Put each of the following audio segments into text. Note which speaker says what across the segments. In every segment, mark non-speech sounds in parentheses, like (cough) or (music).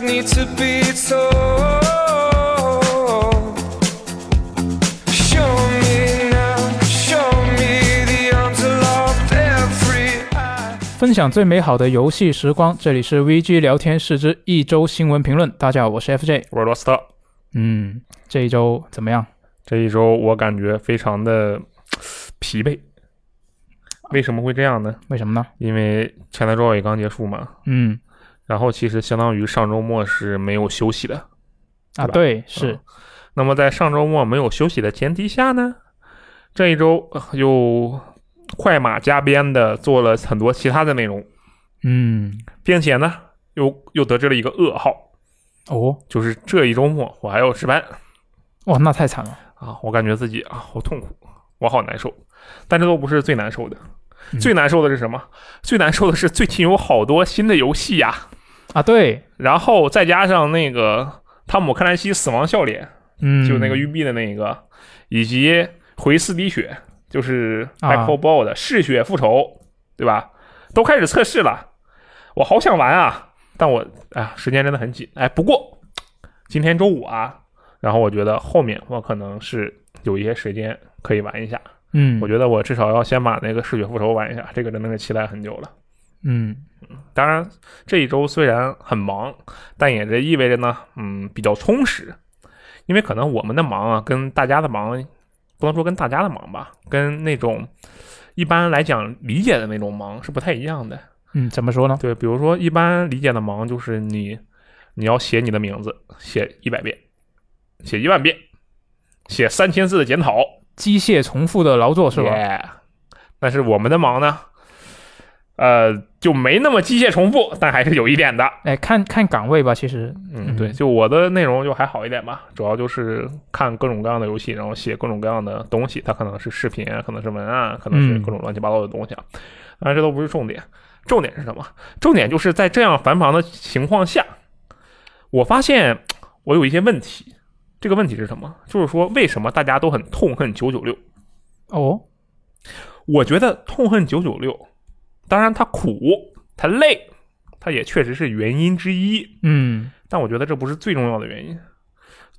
Speaker 1: need to be told. Show me now, show me the arms of love every eye.
Speaker 2: 分享最美好的游戏时光，这里是 VG 聊天室之一周新闻评论。大家好，我是 FJ。
Speaker 3: 我是罗斯特。
Speaker 2: 嗯，这一周怎么样？
Speaker 3: 这一周我感觉非常的疲惫，为什么会这样呢？
Speaker 2: 为什么呢？
Speaker 3: 因为 China Joy 也刚结束嘛，
Speaker 2: 嗯，
Speaker 3: 然后其实相当于上周末是没有休息的。
Speaker 2: 啊，
Speaker 3: 对吧
Speaker 2: 对，是
Speaker 3: 嗯，那么在上周末没有休息的前提下呢，这一周呃又快马加鞭的做了很多其他的内容，
Speaker 2: 嗯，
Speaker 3: 并且呢又又得知了一个噩耗，
Speaker 2: 哦，
Speaker 3: 就是这一周末我还要值班。
Speaker 2: 哇，那太惨了。
Speaker 3: 啊，我感觉自己啊好痛苦，我好难受。但这都不是最难受的，
Speaker 2: 嗯
Speaker 3: (laughs) 最难受的是什么？最难受的是最近有好多新的游戏呀、
Speaker 2: 啊，对，
Speaker 3: 然后再加上那个汤姆克兰西《死亡笑脸
Speaker 2: 嗯，》，
Speaker 3: 就那个育碧的那个，以及《回四滴血》，就是
Speaker 2: 啊
Speaker 3: Michael b a l 的《嗜血复仇》，对吧？都开始测试了，我好想玩啊！但我啊，时间真的很紧。哎，不过今天周五啊，然后我觉得后面我可能是有一些时间可以玩一下。
Speaker 2: 嗯，
Speaker 3: 我觉得我至少要先把那个《嗜血复仇》玩一下，这个真的是期待很久了。
Speaker 2: 嗯，
Speaker 3: 当然，这一周虽然很忙，但也这意味着呢，嗯，比较充实。因为可能我们的忙啊，跟大家的忙，不能说跟大家的忙吧，跟那种一般来讲理解的那种忙是不太一样的。
Speaker 2: 嗯，怎么说呢？
Speaker 3: 对，比如说一般理解的忙就是你你要写你的名字，写一百遍，写一万遍，写三千字的检讨，
Speaker 2: 机械重复的劳作是吧
Speaker 3: Yeah 但是我们的忙呢，呃，就没那么机械重复，但还是有一点的。
Speaker 2: 哎，看看岗位吧，其实，
Speaker 3: 嗯，对，就我的内容就还好一点吧，主要就是看各种各样的游戏，然后写各种各样的东西，它可能是视频啊，可能是文案啊，可能是
Speaker 2: 嗯
Speaker 3: 各种乱七八糟的东西啊。当然，这都不是重点，重点是什么？重点就是在这样繁忙的情况下，我发现我有一些问题。这个问题是什么？就是说，为什么大家都很痛恨九九六？
Speaker 2: 哦，
Speaker 3: 我觉得痛恨九九六，当然它苦，它累，它也确实是原因之一。
Speaker 2: 嗯，
Speaker 3: 但我觉得这不是最重要的原因，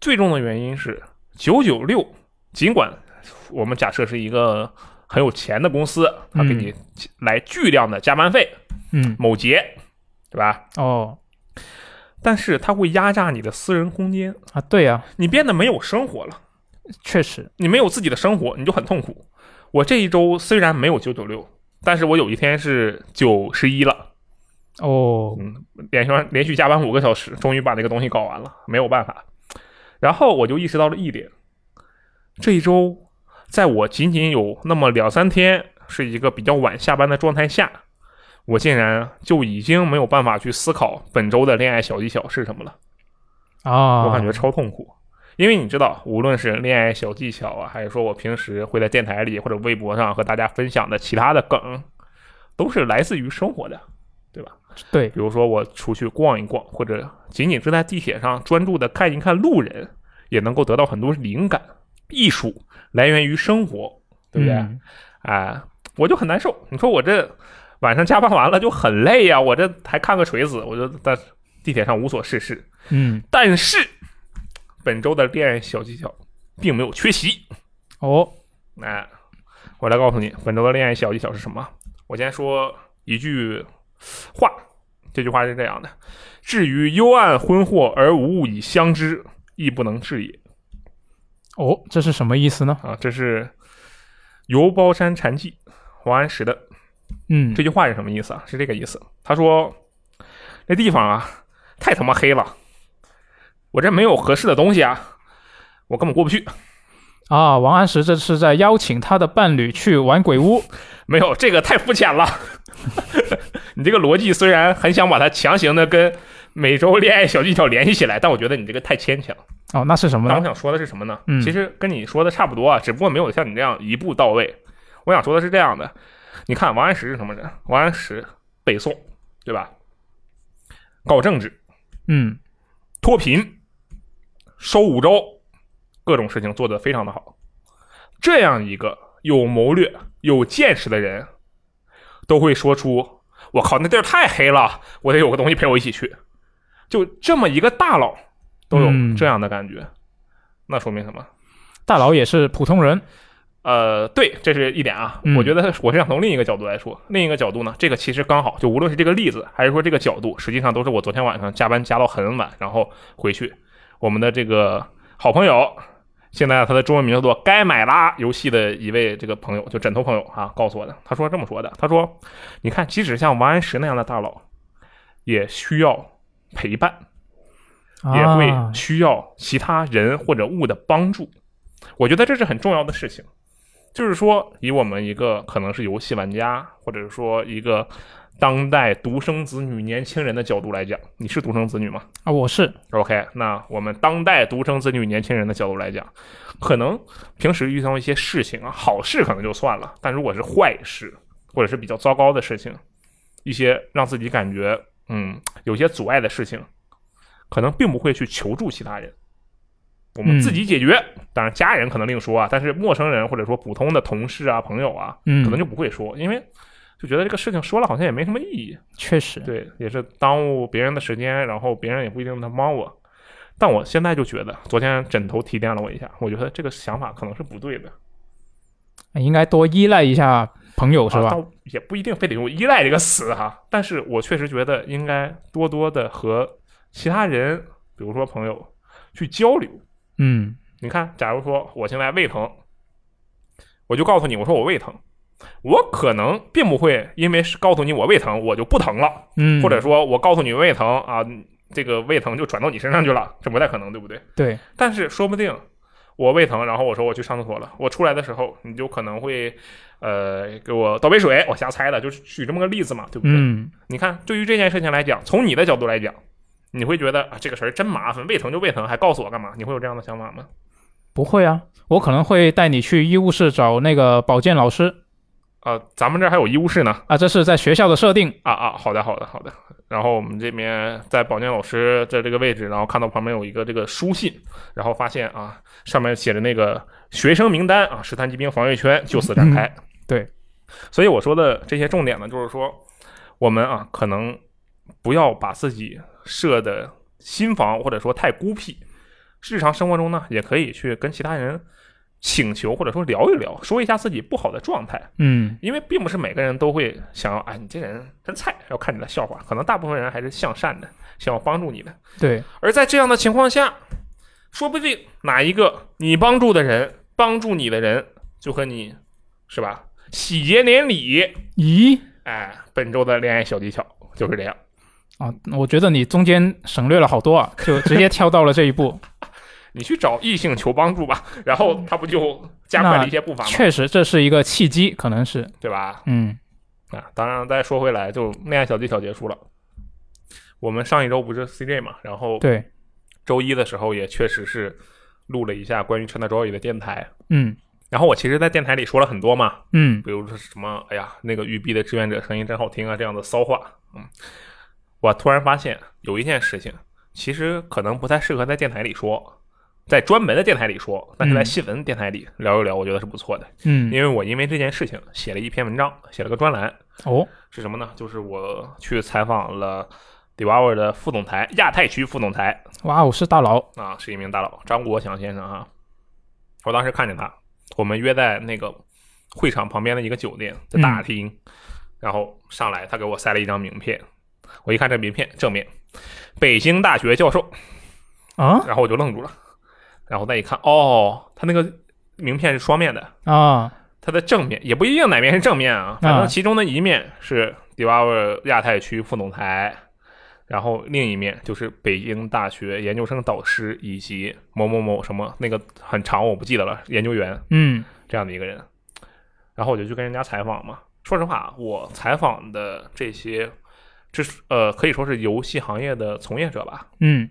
Speaker 3: 最重要的原因是九九六，尽管我们假设是一个很有钱的公司，它给你来巨量的加班费，
Speaker 2: 嗯，
Speaker 3: 某节，对吧？
Speaker 2: 哦，
Speaker 3: 但是它会压榨你的私人空间，
Speaker 2: 啊，对呀、
Speaker 3: 你变得没有生活了。
Speaker 2: 确实，
Speaker 3: 你没有自己的生活，你就很痛苦。我这一周虽然没有九九六，但是我有一天是九十一了，
Speaker 2: 哦，
Speaker 3: 嗯，连续连续加班五个小时，终于把那个东西搞完了，没有办法。然后我就意识到了一点，这一周在我仅仅有那么两三天是一个比较晚下班的状态下，我竟然就已经没有办法去思考本周的恋爱小技巧是什么了。
Speaker 2: 啊，
Speaker 3: 我感觉超痛苦。因为你知道，无论是恋爱小技巧啊，还是说我平时会在电台里或者微博上和大家分享的其他的梗，都是来自于生活的。
Speaker 2: 对，
Speaker 3: 比如说，我出去逛一逛，或者仅仅是在地铁上专注的看一看路人，也能够得到很多灵感。艺术来源于生活，对不对？
Speaker 2: 嗯
Speaker 3: 哎，我就很难受。你说我这晚上加班完了就很累呀、我这还看个锤子，我就在地铁上无所事事。
Speaker 2: 嗯，
Speaker 3: 但是本周的恋爱小技巧并没有缺席。
Speaker 2: 哦，
Speaker 3: 哎，我来告诉你，本周的恋爱小技巧是什么？我先说一句话，这句话是这样的：至于幽暗昏惑而无物以相知，亦不能至也。
Speaker 2: 哦，这是什么意思呢？
Speaker 3: 啊，这是游包山禅记王安石的
Speaker 2: 嗯
Speaker 3: 这，句话是什么意思啊？是这个意思。他说：“这地方啊，太他妈黑了，我这没有合适的东西啊，我根本过不去。
Speaker 2: 啊，王安石这是在邀请他的伴侣去玩鬼屋，
Speaker 3: 没有这个太肤浅了。 (laughs) 你这个逻辑虽然很想把它强行的跟每周恋爱小技巧联系起来，但我觉得你这个太牵强。
Speaker 2: 哦，那是什么
Speaker 3: 那我
Speaker 2: 呢？
Speaker 3: 想说的是什么呢？
Speaker 2: 嗯
Speaker 3: 其实跟你说的差不多啊，只不过没有像你这样一步到位。我想说的是这样的，你看王安石是什么人？王安石，北宋，对吧？搞政治，
Speaker 2: 嗯，
Speaker 3: 脱贫、收五州，各种事情做得非常的好。这样一个有谋略、有见识的人，都会说出：“我靠，那地儿太黑了，我得有个东西陪我一起去。”就这么一个大佬都有
Speaker 2: 嗯
Speaker 3: 这样的感觉，那说明什么？
Speaker 2: 大佬也是普通人，
Speaker 3: 呃，对，这是一点啊。
Speaker 2: 嗯
Speaker 3: 我觉得我是想从另一个角度来说，另一个角度呢，这个其实刚好，就无论是这个例子，还是说这个角度，实际上都是我昨天晚上加班加到很晚，然后回去，我们的这个好朋友，现在他的中文名叫做“该买啦”游戏的一位这个朋友，就枕头朋友啊，告诉我的。他说这么说的，他说，你看，即使像王安石那样的大佬，也需要陪伴。也会
Speaker 2: 啊、
Speaker 3: 需要其他人或者物的帮助。我觉得这是很重要的事情，就是说，以我们一个可能是游戏玩家，或者是说一个当代独生子女年轻人的角度来讲，你是独生子女吗
Speaker 2: 啊，我是
Speaker 3: ？OK，那我们当代独生子女年轻人的角度来讲，可能平时遇到一些事情啊，好事可能就算了，但如果是坏事或者是比较糟糕的事情，一些让自己感觉嗯有些阻碍的事情，可能并不会去求助其他人，我们
Speaker 2: 嗯
Speaker 3: 自己解决。当然，家人可能另说啊，但是陌生人或者说普通的同事啊、朋友啊，
Speaker 2: 嗯
Speaker 3: 可能就不会说，因为就觉得这个事情说了好像也没什么意义。
Speaker 2: 确实，
Speaker 3: 对，也是耽误别人的时间，然后别人也不一定能帮我。但我现在就觉得，昨天枕头提点了我一下，我觉得这个想法可能是不对的，
Speaker 2: 应该多依赖一下朋友是
Speaker 3: 啊
Speaker 2: 吧？
Speaker 3: 倒也不一定非得用“依赖”这个词哈，但是我确实觉得应该多多的和其他人，比如说朋友去交流。
Speaker 2: 嗯
Speaker 3: 你看，假如说我现在胃疼，我就告诉你，我说我胃疼，我可能并不会因为是告诉你我胃疼，我就不疼了。
Speaker 2: 嗯，
Speaker 3: 或者说我告诉你胃疼啊，这个胃疼就转到你身上去了，这不太可能，对不对？
Speaker 2: 对，
Speaker 3: 但是说不定我胃疼，然后我说我去上厕所了，我出来的时候你就可能会呃给我倒杯水，我瞎猜的，就是举这么个例子嘛，对不对？
Speaker 2: 嗯
Speaker 3: 你看，对于这件事情来讲，从你的角度来讲，你会觉得啊这个事儿真麻烦，胃疼就胃疼，还告诉我干嘛？你会有这样的想法吗？
Speaker 2: 不会啊，我可能会带你去医务室找那个保健老师
Speaker 3: 啊、咱们这儿还有医务室呢，
Speaker 2: 啊，这是在学校的设定。
Speaker 3: 啊啊，好的好的好的。然后我们这边在保健老师在这个位置，然后看到旁边有一个这个书信，然后发现啊上面写着那个学生名单啊，十三级兵防卫圈就此展开。
Speaker 2: 对，
Speaker 3: 所以我说的这些重点呢，就是说我们啊可能不要把自己设的心防或者说太孤僻，日常生活中呢也可以去跟其他人请求或者说聊一聊，说一下自己不好的状态。
Speaker 2: 嗯，
Speaker 3: 因为并不是每个人都会想要，哎，你这人真菜，要看你的笑话。可能大部分人还是向善的，想要帮助你的。
Speaker 2: 对，
Speaker 3: 而在这样的情况下，说不定哪一个你帮助的人，帮助你的人，就和你是吧，喜结连理。
Speaker 2: 咦
Speaker 3: 哎，本周的恋爱小技巧就是这样。
Speaker 2: 啊，我觉得你中间省略了好多啊，就直接跳到了这一
Speaker 3: (laughs)
Speaker 2: 步。
Speaker 3: 你去找异性求帮助吧，然后他不就加快了一些步伐吗？
Speaker 2: 确实，这是一个契机，可能是
Speaker 3: 对吧？
Speaker 2: 嗯
Speaker 3: 啊，当然，再说回来，就恋爱小技巧结束了。我们上一周不是 CJ 嘛，然后
Speaker 2: 对，
Speaker 3: 周一的时候也确实是录了一下关于 China Joy 的电台。
Speaker 2: 嗯
Speaker 3: 然后我其实，在电台里说了很多嘛，
Speaker 2: 嗯
Speaker 3: 比如说什么，哎呀，那个育碧的志愿者声音真好听啊，这样的骚话。嗯，我突然发现有一件事情，其实可能不太适合在电台里说，在专门的电台里说，但是在
Speaker 2: 嗯
Speaker 3: 新闻电台里聊一聊，我觉得是不错的。
Speaker 2: 嗯
Speaker 3: 因为我因为这件事情写了一篇文章，写了个专栏，
Speaker 2: 哦
Speaker 3: 是什么呢？就是我去采访了 Devour 的副总裁，亚太区副总裁
Speaker 2: 哇哦，是大佬
Speaker 3: 啊，是一名大佬，张国强先生啊。我当时看见他，我们约在那个会场旁边的一个酒店，在大厅，然后上来他给我塞了一张名片，我一看这名片正面，北京大学教授，
Speaker 2: 啊
Speaker 3: 然后我就愣住了，然后再一看，哦，他那个名片是双面的，
Speaker 2: 啊
Speaker 3: 它的正面也不一定哪面是正面啊，反
Speaker 2: 啊
Speaker 3: 正其中的一面是 d e v o r 亚太区副总裁，然后另一面就是北京大学研究生导师以及某某某什么那个很长我不记得了研究员
Speaker 2: 嗯
Speaker 3: 这样的一个人。然后我就去跟人家采访嘛，说实话，我采访的这些，这是呃可以说是游戏行业的从业者吧，
Speaker 2: 嗯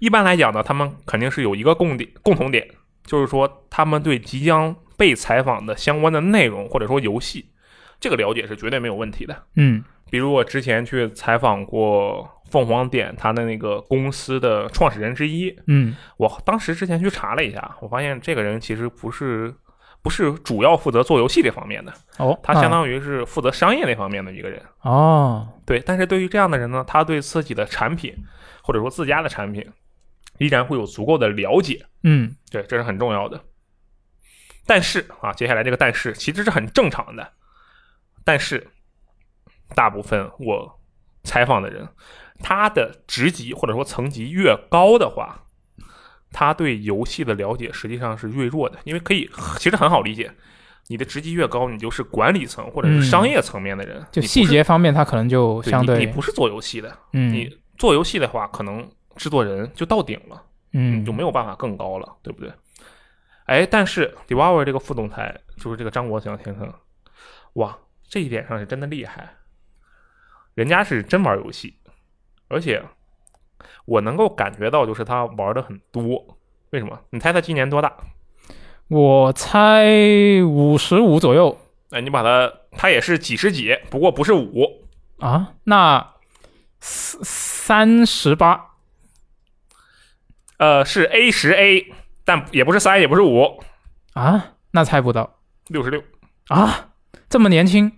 Speaker 3: 一般来讲呢，他们肯定是有一个共点共同点，就是说他们对即将被采访的相关的内容或者说游戏，这个了解是绝对没有问题的。
Speaker 2: 嗯
Speaker 3: 比如我之前去采访过凤凰点他的那个公司的创始人之一，
Speaker 2: 嗯
Speaker 3: 我当时之前去查了一下，我发现这个人其实不是不是主要负责做游戏这方面的，
Speaker 2: 哦，
Speaker 3: 他相
Speaker 2: 那
Speaker 3: 当于是负责商业那方面的一个人。
Speaker 2: 哦，
Speaker 3: 对，但是对于这样的人呢，他对自己的产品或者说自家的产品，依然会有足够的了解，
Speaker 2: 嗯，
Speaker 3: 对，这是很重要的。但是啊，接下来这个但是其实是很正常的，但是大部分我采访的人，他的职级或者说层级越高的话，他对游戏的了解实际上是越弱的，因为可以其实很好理解，你的职级越高，你就是管理层或者
Speaker 2: 嗯
Speaker 3: 是商业层面的人，
Speaker 2: 就
Speaker 3: 你不
Speaker 2: 细
Speaker 3: 是
Speaker 2: 节方面他可能就
Speaker 3: 对
Speaker 2: 相
Speaker 3: 你你
Speaker 2: 对，
Speaker 3: 不是做游戏的，
Speaker 2: 嗯
Speaker 3: 你做游戏的话，可能制作人就到顶了，
Speaker 2: 嗯
Speaker 3: 你就没有办法更高了，对不对？哎，但是 Devolver 这个副总裁就是这个张国强先生，哇，这一点上是真的厉害，人家是真玩游戏，而且我能够感觉到，就是他玩的很多。为什么？你猜他今年多大？
Speaker 2: 我猜五十五左右
Speaker 3: 哎，你把他，他也是几十几，不过不是五，
Speaker 2: 啊，那三三十八
Speaker 3: 呃，是 A 十 A，但也不是三，也不是五，
Speaker 2: 啊，那猜不到
Speaker 3: 六十六。
Speaker 2: 啊，这么年
Speaker 3: (laughs)
Speaker 2: 轻，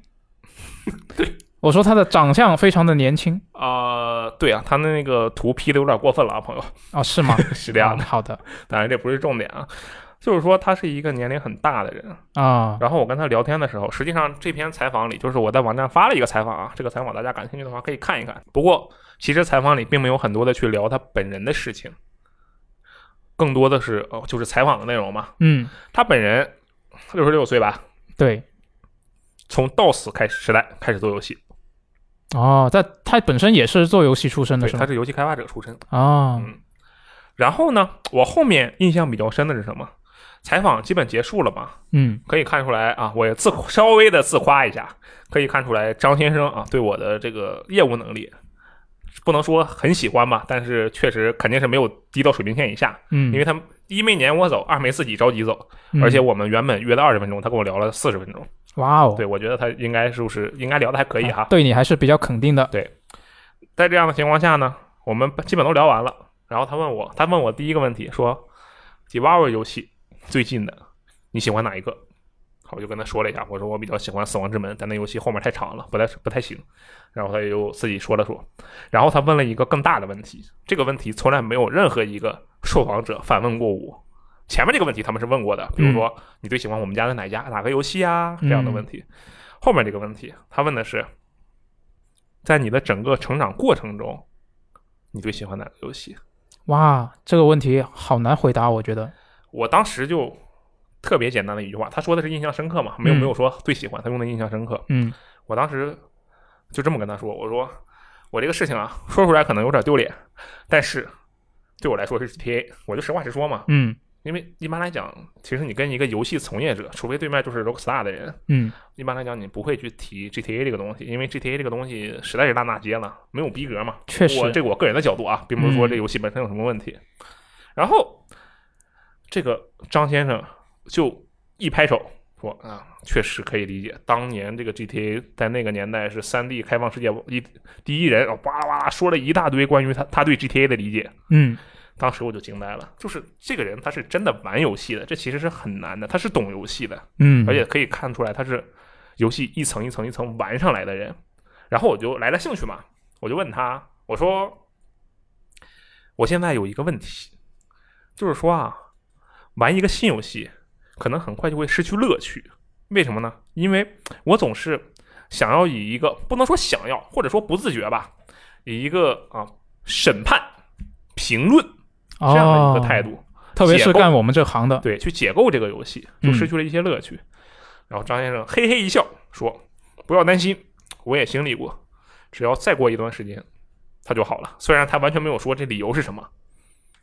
Speaker 2: 我说他的长相非常的年轻
Speaker 3: 啊、对啊，他那个图 P 的有点过分了啊，朋友， (laughs)
Speaker 2: 啊，是吗？
Speaker 3: 是这样
Speaker 2: 啊
Speaker 3: 的。
Speaker 2: 好的
Speaker 3: 当然这不是重点啊，就是说他是一个年龄很大的人。
Speaker 2: 啊，
Speaker 3: 然后我跟他聊天的时候，实际上这篇采访里，就是我在网站发了一个采访啊，这个采访大家感兴趣的话可以看一看。不过其实采访里并没有很多的去聊他本人的事情，更多的是哦，就是采访的内容嘛。
Speaker 2: 嗯，
Speaker 3: 他本人六十六岁吧，
Speaker 2: 对，
Speaker 3: 从 DOS 开始时代开始做游戏，
Speaker 2: 哦，但他本身也是做游戏出身的
Speaker 3: 对，
Speaker 2: 是
Speaker 3: 他
Speaker 2: 吗？
Speaker 3: 是游戏开发者出身。
Speaker 2: 啊，
Speaker 3: 然后呢，我后面印象比较深的是什么？采访基本结束了嘛，
Speaker 2: 嗯
Speaker 3: 可以看出来啊，我也自稍微的自夸一下，可以看出来张先生啊对我的这个业务能力，不能说很喜欢吧，但是确实肯定是没有低到水平线以下，
Speaker 2: 嗯，
Speaker 3: 因为他一没撵我走，二没自己着急走，而且
Speaker 2: 嗯
Speaker 3: 我们原本约的二十分钟，他跟我聊了四十分钟，
Speaker 2: 哇哦，
Speaker 3: 对我觉得他应该是不是应该聊的还可以
Speaker 2: 啊
Speaker 3: 哈，
Speaker 2: 对你还是比较肯定的
Speaker 3: 在这样的情况下呢，我们基本都聊完了。然后他问我，他问我第一个问题说 d e v o u r 游戏最近的你喜欢哪一个？好，我就跟他说了一下，我说我比较喜欢《死亡之门》，但那游戏后面太长了，不太不太行。然后他又自己说了说，然后他问了一个更大的问题，这个问题从来没有任何一个受访者反问过我。前面这个问题他们是问过的，比如说你最喜欢我们家的哪家哪个游戏啊这
Speaker 2: 嗯
Speaker 3: 样的问题。后面这个问题他问的是，在你的整个成长过程中，你最喜欢哪个游戏？
Speaker 2: 哇，这个问题好难回答，我觉得
Speaker 3: 我当时就特别简单的一句话，他说的是印象深刻嘛，没有
Speaker 2: 嗯
Speaker 3: 没有说最喜欢，他用的印象深刻。
Speaker 2: 嗯
Speaker 3: 我当时就这么跟他说，我说我这个事情啊，说出来可能有点丢脸，但是对我来说是 GTA，我就实话实说嘛，
Speaker 2: 嗯
Speaker 3: 因为一般来讲，其实你跟一个游戏从业者，除非对面就是 Rockstar 的人，
Speaker 2: 嗯
Speaker 3: 一般来讲你不会去提 GTA 这个东西，因为 GTA 这个东西实在是烂大街了，没有逼格嘛。
Speaker 2: 确实
Speaker 3: 我这个我个人的角度啊，并不是说
Speaker 2: 嗯
Speaker 3: 这游戏本身有什么问题。然后这个张先生就一拍手说啊，确实可以理解，当年这个 GTA 在那个年代是三 D 开放世界一第一人，哇啦哇啦说了一大堆关于他他对 GTA 的理解。
Speaker 2: 嗯
Speaker 3: 当时我就惊呆了，就是这个人他是真的玩游戏的，这其实是很难的，他是懂游戏的，
Speaker 2: 嗯，
Speaker 3: 而且可以看出来他是游戏一层一层一层玩上来的人。然后我就来了兴趣嘛，我就问他，我说，我现在有一个问题，就是说啊，玩一个新游戏可能很快就会失去乐趣，为什么呢？因为我总是想要以一个不能说想要，或者说不自觉吧，以一个啊审判、评论这样的一个态
Speaker 2: 度，
Speaker 3: 度。
Speaker 2: 哦特别是
Speaker 3: 解构
Speaker 2: 干我们这行的，
Speaker 3: 啊对，去解构这个游戏，就失去了一些乐趣。然后张先生嘿嘿一笑说：“不要担心，我也经历过，只要再过一段时间，他就好了。”虽然他完全没有说这理由是什么，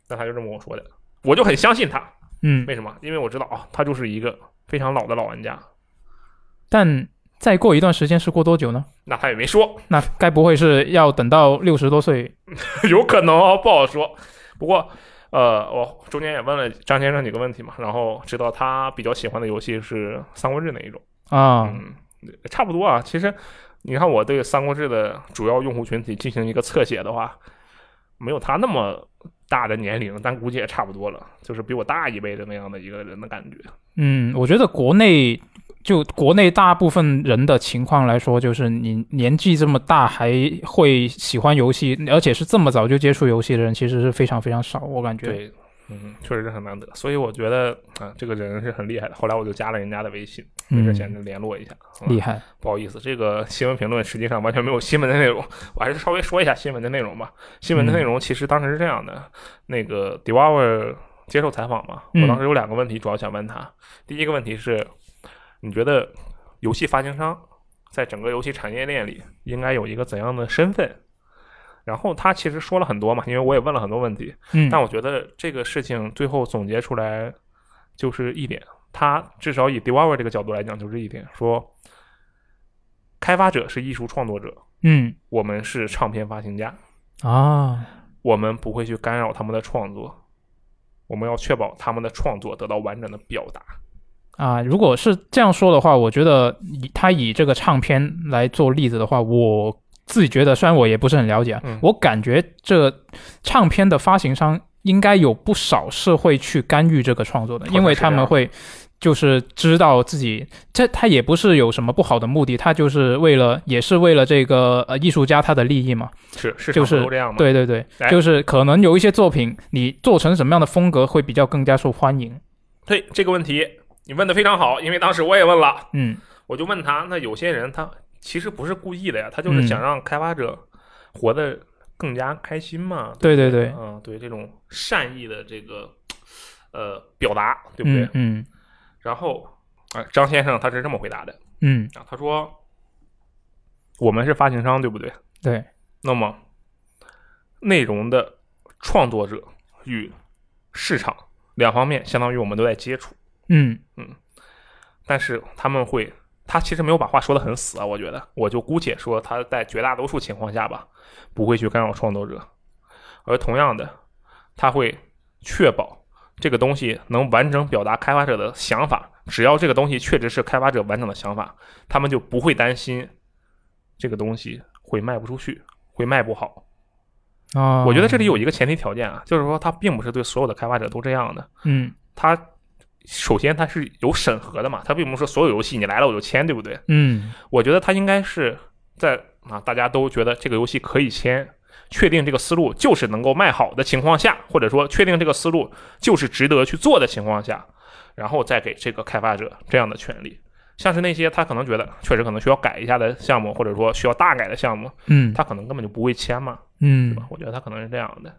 Speaker 3: 但他就这么跟我说的，我就很相信他。
Speaker 2: 嗯，
Speaker 3: 为什么？因为我知道啊，他就是一个非常老的老玩家。
Speaker 2: 但再过一段时间是过多久呢？
Speaker 3: 那他也没说， (laughs)
Speaker 2: 那该不会是要等到六十多岁？
Speaker 3: 有可能哦，不好说。不过，呃，我中间也问了张先生几个问题嘛，然后知道他比较喜欢的游戏是《三国志》那一种。
Speaker 2: 啊，
Speaker 3: 嗯，差不多啊。其实你看我对《三国志》的主要用户群体进行一个侧写的话，没有他那么大的年龄，但估计也差不多了，就是比我大一辈的那样的一个人的感觉。
Speaker 2: 嗯，我觉得国内就国内大部分人的情况来说，就是你年纪这么大还会喜欢游戏，而且是这么早就接触游戏的人，其实是非常非常少。我感觉，
Speaker 3: 对，嗯，确实是很难得，所以我觉得啊，这个人是很厉害的。后来我就加了人家的微信，没事
Speaker 2: 嗯
Speaker 3: 闲着联络一下。嗯好吧
Speaker 2: 厉害。
Speaker 3: 不好意思，这个新闻评论实际上完全没有新闻的内容，我还是稍微说一下新闻的内容吧。新闻的内容其实当时是这样的，那个 d e w a r 接受采访嘛，
Speaker 2: 嗯
Speaker 3: 我当时有两个问题主要想问他。第一个问题是，你觉得游戏发行商在整个游戏产业链里应该有一个怎样的身份？然后他其实说了很多嘛，因为我也问了很多问题，
Speaker 2: 嗯，
Speaker 3: 但我觉得这个事情最后总结出来就是一点，他至少以 d e v o u r 这个角度来讲，就是一点说，开发者是艺术创作者，
Speaker 2: 嗯
Speaker 3: 我们是唱片发行家，
Speaker 2: 啊，
Speaker 3: 我们不会去干扰他们的创作，我们要确保他们的创作得到完整的表达。
Speaker 2: 啊，如果是这样说的话，我觉得以他以这个唱片来做例子的话，我自己觉得，虽然我也不是很了解啊，
Speaker 3: 嗯
Speaker 2: 我感觉这唱片的发行商应该有不少是会去干预这啊个创作的，
Speaker 3: 好像
Speaker 2: 因为
Speaker 3: 是
Speaker 2: 他
Speaker 3: 这
Speaker 2: 们
Speaker 3: 样
Speaker 2: 会就是知道自己这他也不是有什么不好的目的，他就是为了也是为了这个呃艺术家他的利益嘛，
Speaker 3: 是是
Speaker 2: 就是
Speaker 3: 都这样吗？
Speaker 2: 对对对，
Speaker 3: 哎
Speaker 2: 就是可能有一些作品你做成什么样的风格会比较更加受欢迎，
Speaker 3: 对这个问题你问的非常好，因为当时我也问了，
Speaker 2: 嗯
Speaker 3: 我就问他，那有些人他其实不是故意的呀，他就是
Speaker 2: 嗯
Speaker 3: 想让开发者活得更加开心嘛，
Speaker 2: 对对对，
Speaker 3: 嗯，对这种善意的这个呃表达，对不对？
Speaker 2: 嗯嗯
Speaker 3: 然后啊、张先生他是这么回答的
Speaker 2: 嗯，
Speaker 3: 啊，他说我们是发行商，对不对？
Speaker 2: 对。
Speaker 3: 那么内容的创作者与市场两方面，相当于我们都在接触，
Speaker 2: 嗯
Speaker 3: 但是他们会。他其实没有把话说的很死啊，我觉得，我就姑且说他在绝大多数情况下吧，不会去干扰创作者，而同样的，他会确保这个东西能完整表达开发者的想法。只要这个东西确实是开发者完整的想法，他们就不会担心这个东西会卖不出去，会卖不好。
Speaker 2: 啊，
Speaker 3: 我觉得这里有一个前提条件啊，就是说它并不是对所有的开发者都这样的。
Speaker 2: 嗯
Speaker 3: 它首先它是有审核的嘛，它并不是说所有游戏你来了我就签，对不对？
Speaker 2: 嗯
Speaker 3: 我觉得它应该是在啊，大家都觉得这个游戏可以签，确定这个思路就是能够卖好的情况下，或者说确定这个思路就是值得去做的情况下，然后再给这个开发者这样的权利。像是那些他可能觉得确实可能需要改一下的项目，或者说需要大改的项目，
Speaker 2: 嗯
Speaker 3: 他可能根本就不会签嘛，
Speaker 2: 嗯
Speaker 3: 对吧？我觉得他可能是这样的，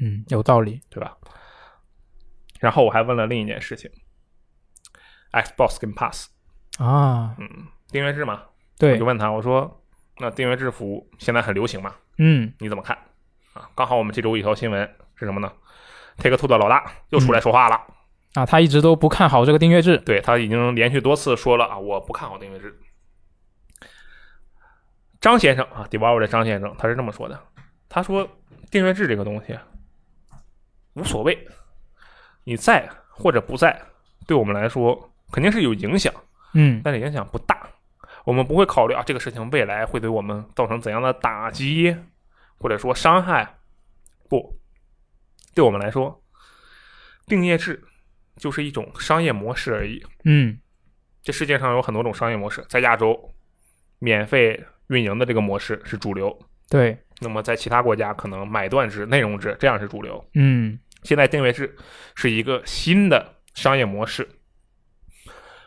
Speaker 2: 嗯有道理
Speaker 3: 对吧？然后我还问了另一件事情，Xbox 跟 Pass
Speaker 2: 啊，
Speaker 3: 订阅制嘛，嗯我
Speaker 2: 对
Speaker 3: 就，问他，我说那订阅制服务现在很流行嘛，
Speaker 2: 嗯
Speaker 3: 你怎么看？啊，刚好我们这周有一条新闻是什么呢？Take Two 的老大又出来说话了，
Speaker 2: 啊，他一直都不看好这个订阅制，
Speaker 3: 对他已经连续多次说了啊，我不看好订阅制。张先生啊 d e v o u r 的张先生，他是这么说的，他说订阅制这个东西无所谓，你在或者不在，对我们来说肯定是有影响，
Speaker 2: 嗯
Speaker 3: 但是影响不大。我们不会考虑啊，这个事情未来会对我们造成怎样的打击，或者说伤害。不，对我们来说，订阅制就是一种商业模式而已。
Speaker 2: 嗯
Speaker 3: 这世界上有很多种商业模式，在亚洲，免费运营的这个模式是主流。
Speaker 2: 对，
Speaker 3: 那么在其他国家，可能买断制、内容制这样是主流。
Speaker 2: 嗯
Speaker 3: 现在订阅制是一个新的商业模式。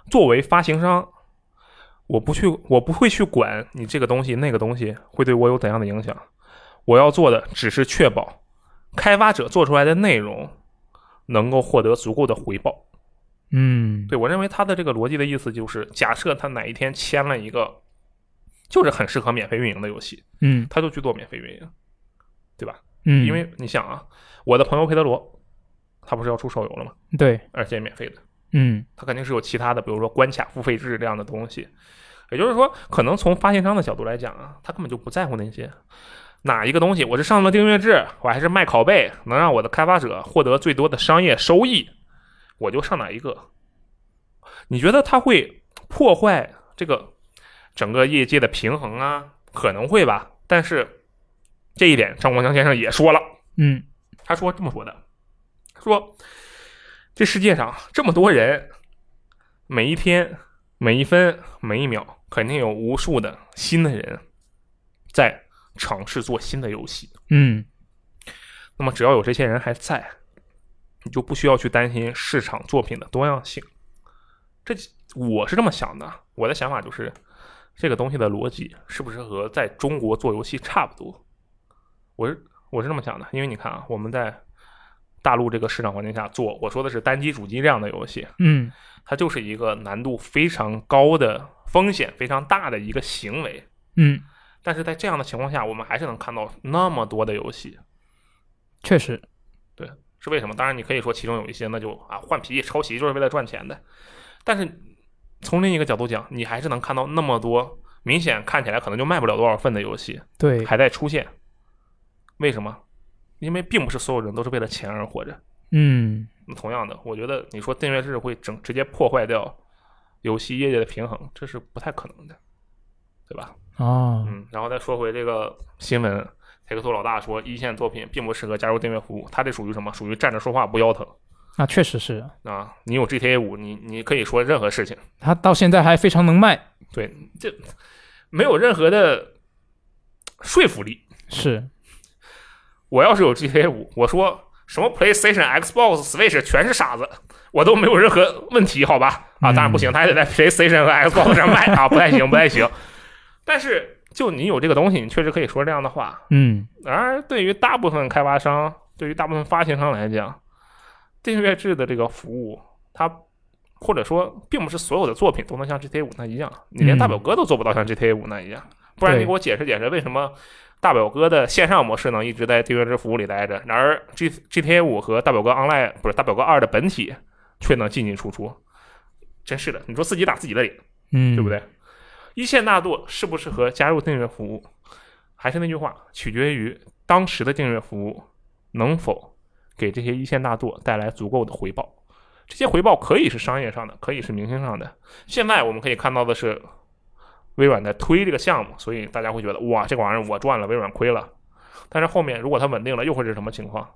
Speaker 3: 作为发行商，我不去，我不会去管你这个东西、那个东西会对我有怎样的影响。我要做的只是确保开发者做出来的内容能够获得足够的回报。
Speaker 2: 嗯
Speaker 3: 对我认为他的这个逻辑的意思就是，假设他哪一天签了一个就是很适合免费运营的游戏，
Speaker 2: 嗯
Speaker 3: 他就去做免费运营，对吧？
Speaker 2: 嗯，
Speaker 3: 因为你想啊，我的朋友佩德罗，他不是要出手游了吗？
Speaker 2: 对，
Speaker 3: 而且免费的，
Speaker 2: 嗯
Speaker 3: 它肯定是有其他的，比如说关卡付费制这样的东西。也就是说，可能从发行商的角度来讲啊，他根本就不在乎那些哪一个东西，我是上了订阅制，我还是卖拷贝，能让我的开发者获得最多的商业收益，我就上哪一个。你觉得它会破坏这个整个业界的平衡啊？可能会吧，但是这一点张国强先生也说了，
Speaker 2: 嗯
Speaker 3: 他说这么说的，说这世界上这么多人，每一天、每一分、每一秒，肯定有无数的新的人在尝试做新的游戏。
Speaker 2: 嗯
Speaker 3: 那么只要有这些人还在，你就不需要去担心市场作品的多样性。这我是这么想的，我的想法就是，这个东西的逻辑是不是和在中国做游戏差不多？我是我是这么想的，因为你看啊，我们在大陆这个市场环境下做，我说的是单机主机这样的游戏，
Speaker 2: 嗯
Speaker 3: 它就是一个难度非常高的、风险非常大的一个行为。
Speaker 2: 嗯，
Speaker 3: 但是在这样的情况下，我们还是能看到那么多的游戏，
Speaker 2: 确实，
Speaker 3: 是为什么？当然，你可以说其中有一些那就啊换皮抄袭就是为了赚钱的，但是从另一个角度讲，你还是能看到那么多明显看起来可能就卖不了多少份的游戏
Speaker 2: 对，
Speaker 3: 还在出现，为什么？因为并不是所有人都是为了钱而活着。
Speaker 2: 嗯
Speaker 3: 那同样的，我觉得你说订阅制会整直接破坏掉游戏业界的平衡，这是不太可能的，对吧？
Speaker 2: 哦，
Speaker 3: 嗯，然后再说回这个新闻，泰克托老大说一线作品并不适合加入订阅服务，他这属于什么？属于站着说话不腰疼。
Speaker 2: 那确实是
Speaker 3: 啊，你有 GTA 五，你你可以说任何事情，
Speaker 2: 他到现在还非常能卖，
Speaker 3: 对，这没有任何的说服力。
Speaker 2: 是
Speaker 3: 我要是有 GTA 五，我说什么 PlayStation、Xbox、Switch 全是傻子，我都没有任何问题，好吧？啊，当然不行，他还得在 PlayStation 和 Xbox 上卖啊，不太行，不太行。 (laughs) 但是就你有这个东西，你确实可以说这样的话，
Speaker 2: 嗯
Speaker 3: 然而，对于大部分开发商，对于大部分发行商来讲，订阅制的这个服务，它或者说并不是所有的作品都能像 GTA 五那一样，你连
Speaker 2: 嗯
Speaker 3: 大表哥都做不到像 GTA 五那一样。不然，
Speaker 2: 对
Speaker 3: 你给我解释解释，为什么大表哥的线上模式能一直在订阅制服务里待着，然而 G GTA 五和大表哥 Online 不是大表哥二的本体却能进进出出？真是的，你说自己打自己的脸。
Speaker 2: 嗯，
Speaker 3: 对不对？？一线大作适不适合加入订阅服务，还是那句话，取决于当时的订阅服务能否给这些一线大作带来足够的回报。这些回报可以是商业上的，可以是明星上的。现在我们可以看到的是，微软在推这个项目，所以大家会觉得哇，这个玩意儿我赚了，微软亏了。但是后面如果它稳定了，又会是什么情况？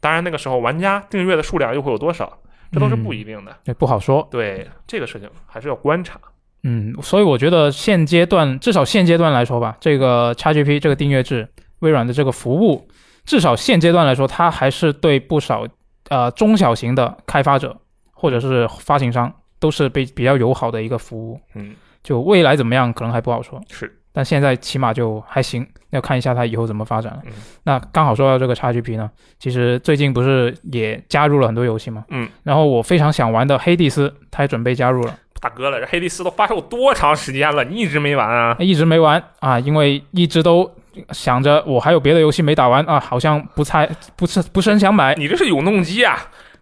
Speaker 3: 当然，那个时候玩家订阅的数量又会有多少，这都是不一定的。
Speaker 2: 对，不好说。
Speaker 3: 对这个事情还是要观察。
Speaker 2: 嗯，所以我觉得现阶段，至少现阶段来说吧，这个 XGP 这个订阅制，微软的这个服务，至少现阶段来说，它还是对不少呃中小型的开发者或者是发行商都是比比较友好的一个服务。
Speaker 3: 嗯，
Speaker 2: 就未来怎么样，可能还不好说，
Speaker 3: 是。
Speaker 2: 但现在起码就还行，要看一下它以后怎么发展了。
Speaker 3: 嗯
Speaker 2: 那刚好说到这个 XGP 呢，其实最近不是也加入了很多游戏吗？
Speaker 3: 嗯，
Speaker 2: 然后我非常想玩的《黑蒂斯》，它也准备加入了。
Speaker 3: 大哥了，这黑帝斯都发售多长时间了，你一直没玩啊？
Speaker 2: 一直没玩啊，因为一直都想着我还有别的游戏没打完啊，好像不太不是不是很想买。
Speaker 3: 你这是永动机啊？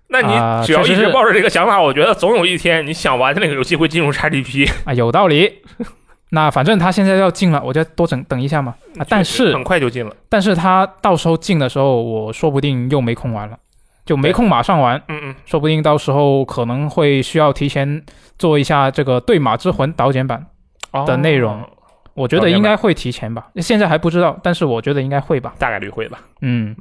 Speaker 3: 那
Speaker 2: 啊
Speaker 3: 你只要一
Speaker 2: 确实
Speaker 3: 直
Speaker 2: 是
Speaker 3: 抱着这个想法，我觉得总有一天你想玩的那个游戏会进入 XGP，
Speaker 2: 啊，有道理。 (laughs) 那反正他现在要进了，我就多等等一下嘛。啊，但
Speaker 3: 确实
Speaker 2: 是
Speaker 3: 很快就进了。
Speaker 2: 但是他到时候进的时候，我说不定又没空玩了，就没空马上玩，
Speaker 3: 嗯嗯，
Speaker 2: 说不定到时候可能会需要提前做一下这个《对马之魂》导剪版。
Speaker 3: 哦
Speaker 2: 的内容我觉
Speaker 3: 导
Speaker 2: 得
Speaker 3: 剪
Speaker 2: 应
Speaker 3: 版
Speaker 2: 该会提前吧，现在还不知道，但是我觉得应该会吧。
Speaker 3: 大概率会吧。
Speaker 2: 嗯，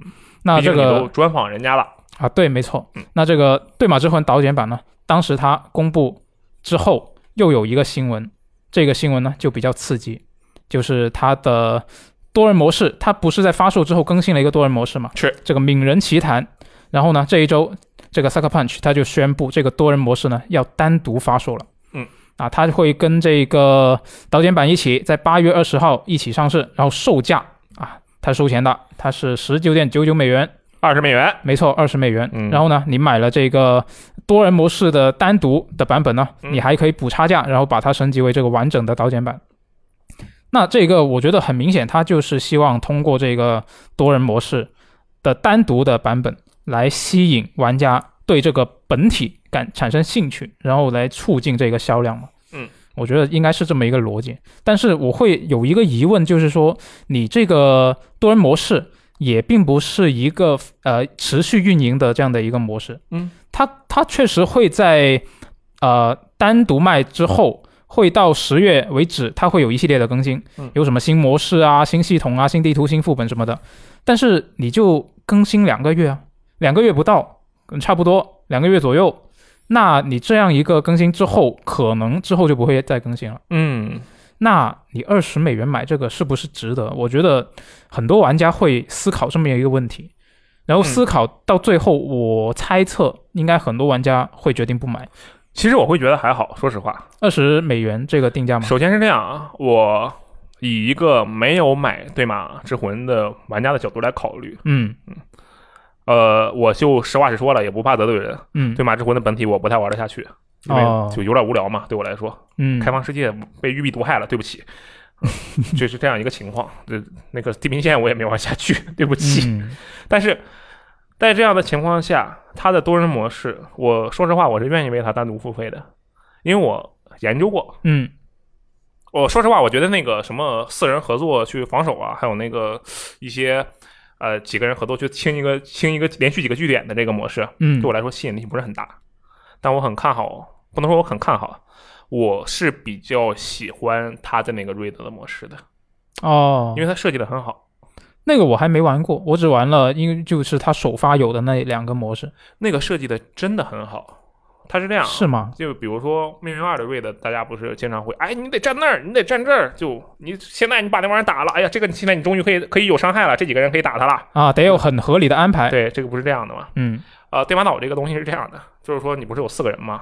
Speaker 2: 那
Speaker 3: 毕竟
Speaker 2: 这
Speaker 3: 你
Speaker 2: 个
Speaker 3: 都专访人家了，
Speaker 2: 啊，对，没错
Speaker 3: 嗯。
Speaker 2: 那这个《对马之魂》导演版呢，当时它公布之后，又有一个新闻，这个新闻呢就比较刺激，就是它的多人模式，它不是在发售之后更新了一个多人模式嘛？
Speaker 3: 是
Speaker 2: 这个《名人奇谭》，然后呢，这一周这个 Sucker Punch 它就宣布这个多人模式呢要单独发售了。
Speaker 3: 嗯。
Speaker 2: 啊，它会跟这个导剪版一起在八月二十号一起上市，然后售价啊，它是收钱的，它是十九点九九美元，
Speaker 3: 二十美元。
Speaker 2: 没错，二十美元。
Speaker 3: 嗯
Speaker 2: 然后呢，你买了这个多人模式的单独的版本呢，
Speaker 3: 嗯
Speaker 2: 你还可以补差价，然后把它升级为这个完整的导剪版。那这个我觉得很明显，它就是希望通过这个多人模式的单独的版本来吸引玩家对这个本体感产生兴趣，然后来促进这个销量嘛。
Speaker 3: 嗯，
Speaker 2: 我觉得应该是这么一个逻辑。但是我会有一个疑问，就是说你这个多人模式也并不是一个呃持续运营的这样的一个模式。
Speaker 3: 嗯，
Speaker 2: 它它确实会在呃单独卖之后。会到十月为止，它会有一系列的更新
Speaker 3: 嗯，
Speaker 2: 有什么新模式啊、新系统啊、新地图、新副本什么的。但是你就更新两个月啊，两个月不到，嗯差不多两个月左右。那你这样一个更新之后，可能之后就不会再更新了。
Speaker 3: 嗯，
Speaker 2: 那你二十美元买这个是不是值得？我觉得很多玩家会思考这么一个问题，然后思考到最后，我猜测应该很多玩家会决定不买
Speaker 3: 其实我会觉得还好，说实话。
Speaker 2: 二十美元这个定价吗？
Speaker 3: 首先是这样啊，我以一个没有买《对马之魂》的玩家的角度来考虑，
Speaker 2: 嗯
Speaker 3: 呃，我就实话实说了，也不怕得罪人。
Speaker 2: 嗯
Speaker 3: 《对马之魂》的本体我不太玩得下去，因为
Speaker 2: 哦
Speaker 3: 就有点无聊嘛，对我来说，
Speaker 2: 嗯，
Speaker 3: 开放世界被育碧毒害了，对不起。就是这样一个情况，这那个地平线我也没玩下去，对不起。
Speaker 2: 嗯
Speaker 3: 但是在这样的情况下，它的多人模式，我说实话，我是愿意为它单独付费的，因为我研究过。
Speaker 2: 嗯
Speaker 3: 我说实话，我觉得那个什么四人合作去防守啊，还有那个一些呃几个人合作去清一个清一个连续几个据点的这个模式，
Speaker 2: 嗯，
Speaker 3: 对我来说吸引力不是很大。但我很看好，不能说我很看好，我是比较喜欢它的那个瑞德的模式的，
Speaker 2: 哦，
Speaker 3: 因为它设计的很好。
Speaker 2: 那个我还没玩过，我只玩了，因为就是它首发有的那两个模式，
Speaker 3: 那个设计的真的很好。它是这样啊，
Speaker 2: 是吗？
Speaker 3: 就比如说《命运二》的 Raid，大家不是经常会，哎，你得站那儿，你得站这儿，就你现在你把那玩意儿打了，哎呀，这个现在你终于可以可以有伤害了，这几个人可以打他了。
Speaker 2: 啊，得有很合理的安排。，
Speaker 3: 对，这个不是这样的嘛？
Speaker 2: 嗯
Speaker 3: 呃，电马岛这个东西是这样的，就是说你不是有四个人吗？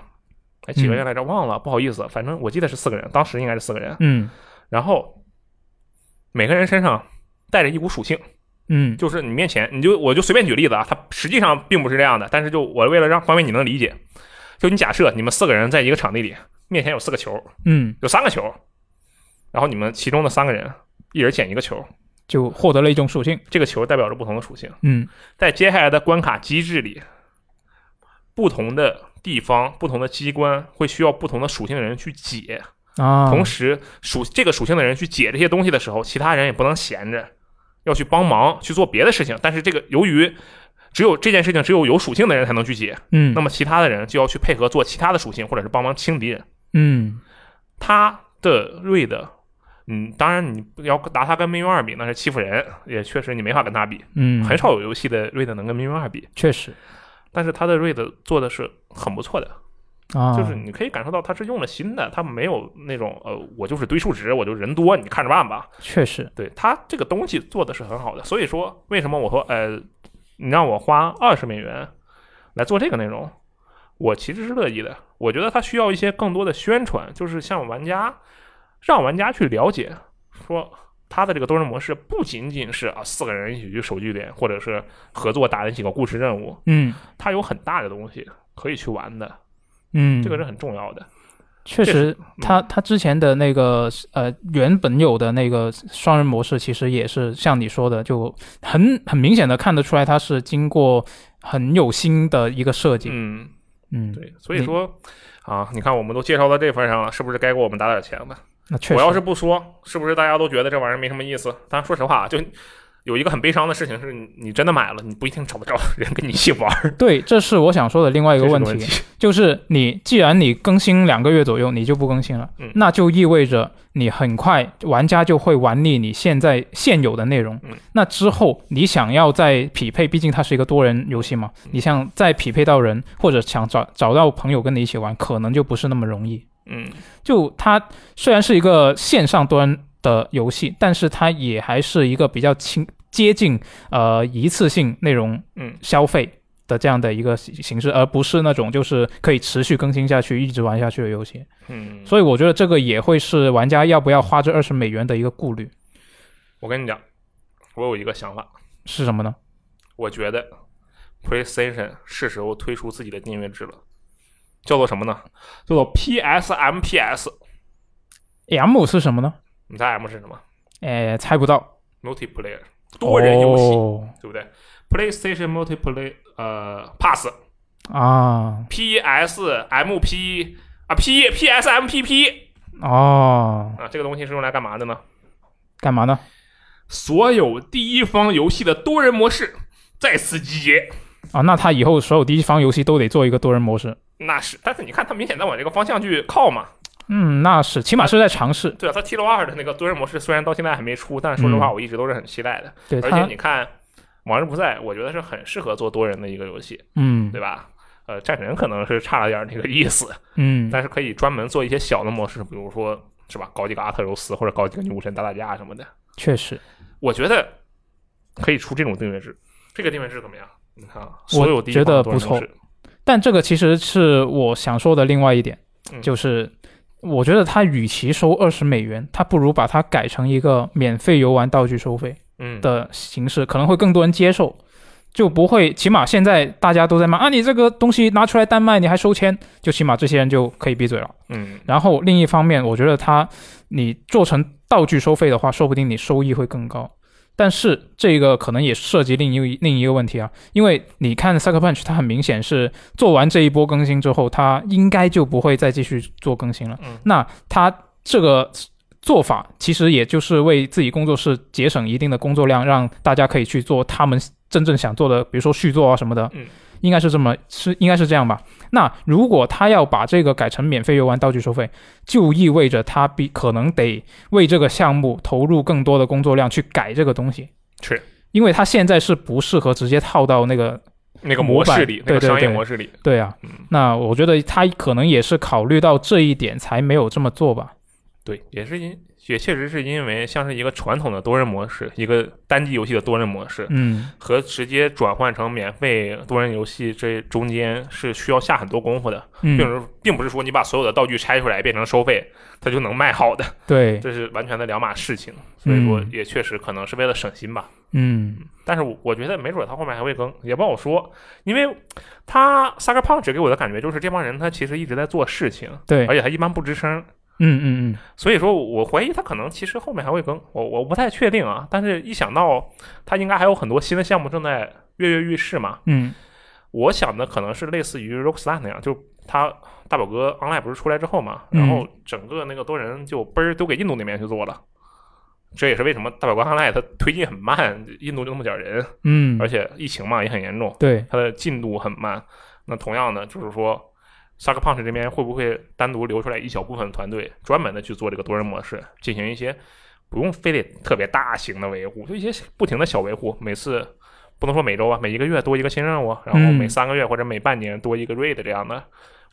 Speaker 3: 哎，几个人来着？忘了，不好意思，反正我记得是四个人，当时应该是四个人。
Speaker 2: 嗯
Speaker 3: 然后每个人身上带着一股属性，
Speaker 2: 嗯
Speaker 3: 就是你面前，你就我就随便举例子啊，它实际上并不是这样的，但是就我为了让方便你能理解，就你假设你们四个人在一个场地里，面前有四个球，
Speaker 2: 嗯，
Speaker 3: 有三个球，然后你们其中的三个人一人捡一个球，
Speaker 2: 就获得了一种属性。
Speaker 3: 这个球代表着不同的属性。
Speaker 2: 嗯
Speaker 3: 在接下来的关卡机制里，不同的地方、不同的机关会需要不同的属性的人去解，
Speaker 2: 啊，
Speaker 3: 同时属这个属性的人去解这些东西的时候，其他人也不能闲着，要去帮忙去做别的事情。但是这个由于只有这件事情只有有属性的人才能去解，
Speaker 2: 嗯，
Speaker 3: 那么其他的人就要去配合做其他的属性，或者是帮忙清敌人。
Speaker 2: 嗯
Speaker 3: 他的瑞的，嗯，当然你要拿他跟命运二比，那是欺负人，也确实你没法跟他比，
Speaker 2: 嗯，
Speaker 3: 很少有游戏的瑞的能跟命运二比。
Speaker 2: 确实
Speaker 3: 但是他的瑞的做的是很不错的，
Speaker 2: 啊，
Speaker 3: 就是你可以感受到他是用了心的，他没有那种呃，我就是堆数值，我就人多，你看着办吧。
Speaker 2: 确实
Speaker 3: 对他这个东西做的是很好的，所以说为什么我说呃，你让我花二十美元来做这个内容，我其实是乐意的。我觉得它需要一些更多的宣传，就是向玩家让玩家去了解，说它的这个多人模式不仅仅是啊四个人一起去守据点，或者是合作打那几个故事任务，
Speaker 2: 嗯
Speaker 3: 它有很大的东西可以去玩的，
Speaker 2: 嗯，
Speaker 3: 这个是很重要的。
Speaker 2: 确
Speaker 3: 确嗯
Speaker 2: 实，他他之前的那个呃原本有的那个双人模式，其实也是像你说的，就很很明显的看得出来，它是经过很有心的一个设计。
Speaker 3: 嗯，
Speaker 2: 嗯，
Speaker 3: 对，所以说啊，你看我们都介绍到这份上了，是不是该给我们打点钱了？
Speaker 2: 那确实，
Speaker 3: 我要是不说，是不是大家都觉得这玩意儿没什么意思？但是说实话，就有一个很悲伤的事情是你，你真的买了，你不一定找得着人跟你一起玩儿。
Speaker 2: 对，这是我想说的另外一
Speaker 3: 这
Speaker 2: 个
Speaker 3: 是个
Speaker 2: 问
Speaker 3: 问
Speaker 2: 题，就是你既然你更新两个月左右，你就不更新了，
Speaker 3: 嗯
Speaker 2: 那就意味着你很快玩家就会玩腻你现在现有的内容。
Speaker 3: 嗯
Speaker 2: 那之后你想要再匹配，毕竟它是一个多人游戏
Speaker 3: 嗯
Speaker 2: 嘛，你想再匹配到人，或者想找找到朋友跟你一起玩，可能就不是那么容易。
Speaker 3: (laughs) 嗯，
Speaker 2: 就它虽然是一个线上端的游戏，但是它也还是一个比较轻接近呃一次性内容
Speaker 3: 嗯
Speaker 2: 消费的这样的一个形形式，而不是那种就是可以持续更新下去、一直玩下去的游戏。
Speaker 3: 嗯，
Speaker 2: 所以我觉得这个也会是玩家要不要花这二十美元的一个顾虑
Speaker 3: 我跟你讲，我有一个想法，
Speaker 2: 是什么呢？
Speaker 3: 我觉得 PlayStation 是时候推出自己的订阅制了，叫做什么呢？叫做 PSMPS。
Speaker 2: M 是什么呢？
Speaker 3: 你猜 M 是什么
Speaker 2: 哎，猜不到。
Speaker 3: ？Multiplayer 多人游戏，
Speaker 2: 哦、
Speaker 3: 对不对？PlayStation Multiplayer 呃 Pass
Speaker 2: 啊
Speaker 3: P S M P 啊 P P S M P P
Speaker 2: 哦，
Speaker 3: 啊，这个东西是用来干嘛的呢？
Speaker 2: 干嘛呢？
Speaker 3: 所有第一方游戏的多人模式在此集结。
Speaker 2: 啊，那他以后所有第一方游戏都得做一个多人模式。
Speaker 3: 那是，但是你看，它明显在往这个方向去靠嘛。
Speaker 2: 嗯，那是，起码是在尝试。
Speaker 3: 对啊，它 T 六二的那个多人模式虽然到现在还没出，但是说实话，我一直都是很期待的。
Speaker 2: 嗯对
Speaker 3: 而且
Speaker 2: 他
Speaker 3: 你看， 《往日不在》，我觉得是很适合做多人的一个游戏，
Speaker 2: 嗯
Speaker 3: 对吧？呃，战神可能是差了点儿这个意思，
Speaker 2: 嗯
Speaker 3: 但是可以专门做一些小的模式，比如说是吧，搞几个阿特柔斯或者搞几个女武神打打架什么的。
Speaker 2: 确实，
Speaker 3: 我觉得可以出这种订阅制，这个订阅制怎么样？你看啊，
Speaker 2: 我
Speaker 3: 所有第一
Speaker 2: 觉得
Speaker 3: 方多
Speaker 2: 不
Speaker 3: 人都
Speaker 2: 错
Speaker 3: 是，
Speaker 2: 但这个其实是我想说的另外一点，
Speaker 3: 嗯
Speaker 2: 就是我觉得他与其收二十美元，他不如把它改成一个免费游玩道具收费
Speaker 3: 嗯，
Speaker 2: 的形式，可能会更多人接受，就不会起码现在大家都在骂啊，你这个东西拿出来单卖，你还收钱，就起码这些人就可以闭嘴了。
Speaker 3: 嗯，
Speaker 2: 然后另一方面，我觉得它你做成道具收费的话，说不定你收益会更高。但是这个可能也涉及另一另一个问题啊，因为你看 Sucker Punch，它很明显是做完这一波更新之后，它应该就不会再继续做更新了。
Speaker 3: 嗯
Speaker 2: 那它这个做法其实也就是为自己工作室节省一定的工作量，让大家可以去做他们真正想做的，比如说续作啊什么的。
Speaker 3: 嗯，
Speaker 2: 应该是这么是应该是这样吧。那如果他要把这个改成免费游玩道具收费，就意味着他必可能得为这个项目投入更多的工作量去改这个东西。
Speaker 3: 是，
Speaker 2: 因为它现在是不适合直接套到那个
Speaker 3: 那个
Speaker 2: 模
Speaker 3: 模式
Speaker 2: 板
Speaker 3: 里，那
Speaker 2: 对
Speaker 3: 个
Speaker 2: 对
Speaker 3: 商业
Speaker 2: 对
Speaker 3: 模式里，
Speaker 2: 对啊
Speaker 3: 嗯。
Speaker 2: 那我觉得他可能也是考虑到这一点才没有这么做吧。
Speaker 3: 对，也是因也确实是因为像是一个传统的多人模式，一个单机游戏的多人模式，
Speaker 2: 嗯，
Speaker 3: 和直接转换成免费多人游戏这中间是需要下很多功夫的，并不
Speaker 2: 嗯，
Speaker 3: 是并不是说你把所有的道具拆出来变成收费，它就能卖好的，
Speaker 2: 对，
Speaker 3: 这是完全的两码事情。所以说
Speaker 2: 嗯
Speaker 3: 也确实可能是为了省心吧。
Speaker 2: 嗯
Speaker 3: 但是我我觉得没准他后面还会更，也不好说，因为他 Sucker Punch 给我的感觉就是这帮人他其实一直在做事情，
Speaker 2: 对，
Speaker 3: 而且他一般不吱声，
Speaker 2: 嗯嗯嗯，
Speaker 3: 所以说我怀疑他可能其实后面还会更，我我不太确定啊。但是一想到他应该还有很多新的项目正在跃跃欲试嘛，
Speaker 2: 嗯
Speaker 3: 我想的可能是类似于 Rockstar 那样，就他大表哥 Online 不是出来之后嘛，然后整个那个多人就嘣儿都给印度那边去做了。这也是为什么大表哥 Online 它推进很慢，印度就那么点儿人，
Speaker 2: 嗯
Speaker 3: 而，且疫情嘛也很严重，
Speaker 2: 对，
Speaker 3: 它的进度很慢。那同样的，就是说，Sucker Punch 这边会不会单独留出来一小部分团队，专门的去做这个多人模式，进行一些不用非得特别大型的维护，就一些不停的小维护，每次不能说每周吧，每一个月多一个新任务，然后
Speaker 2: 嗯
Speaker 3: 每三个月或者每半年多一个 raid 这样的，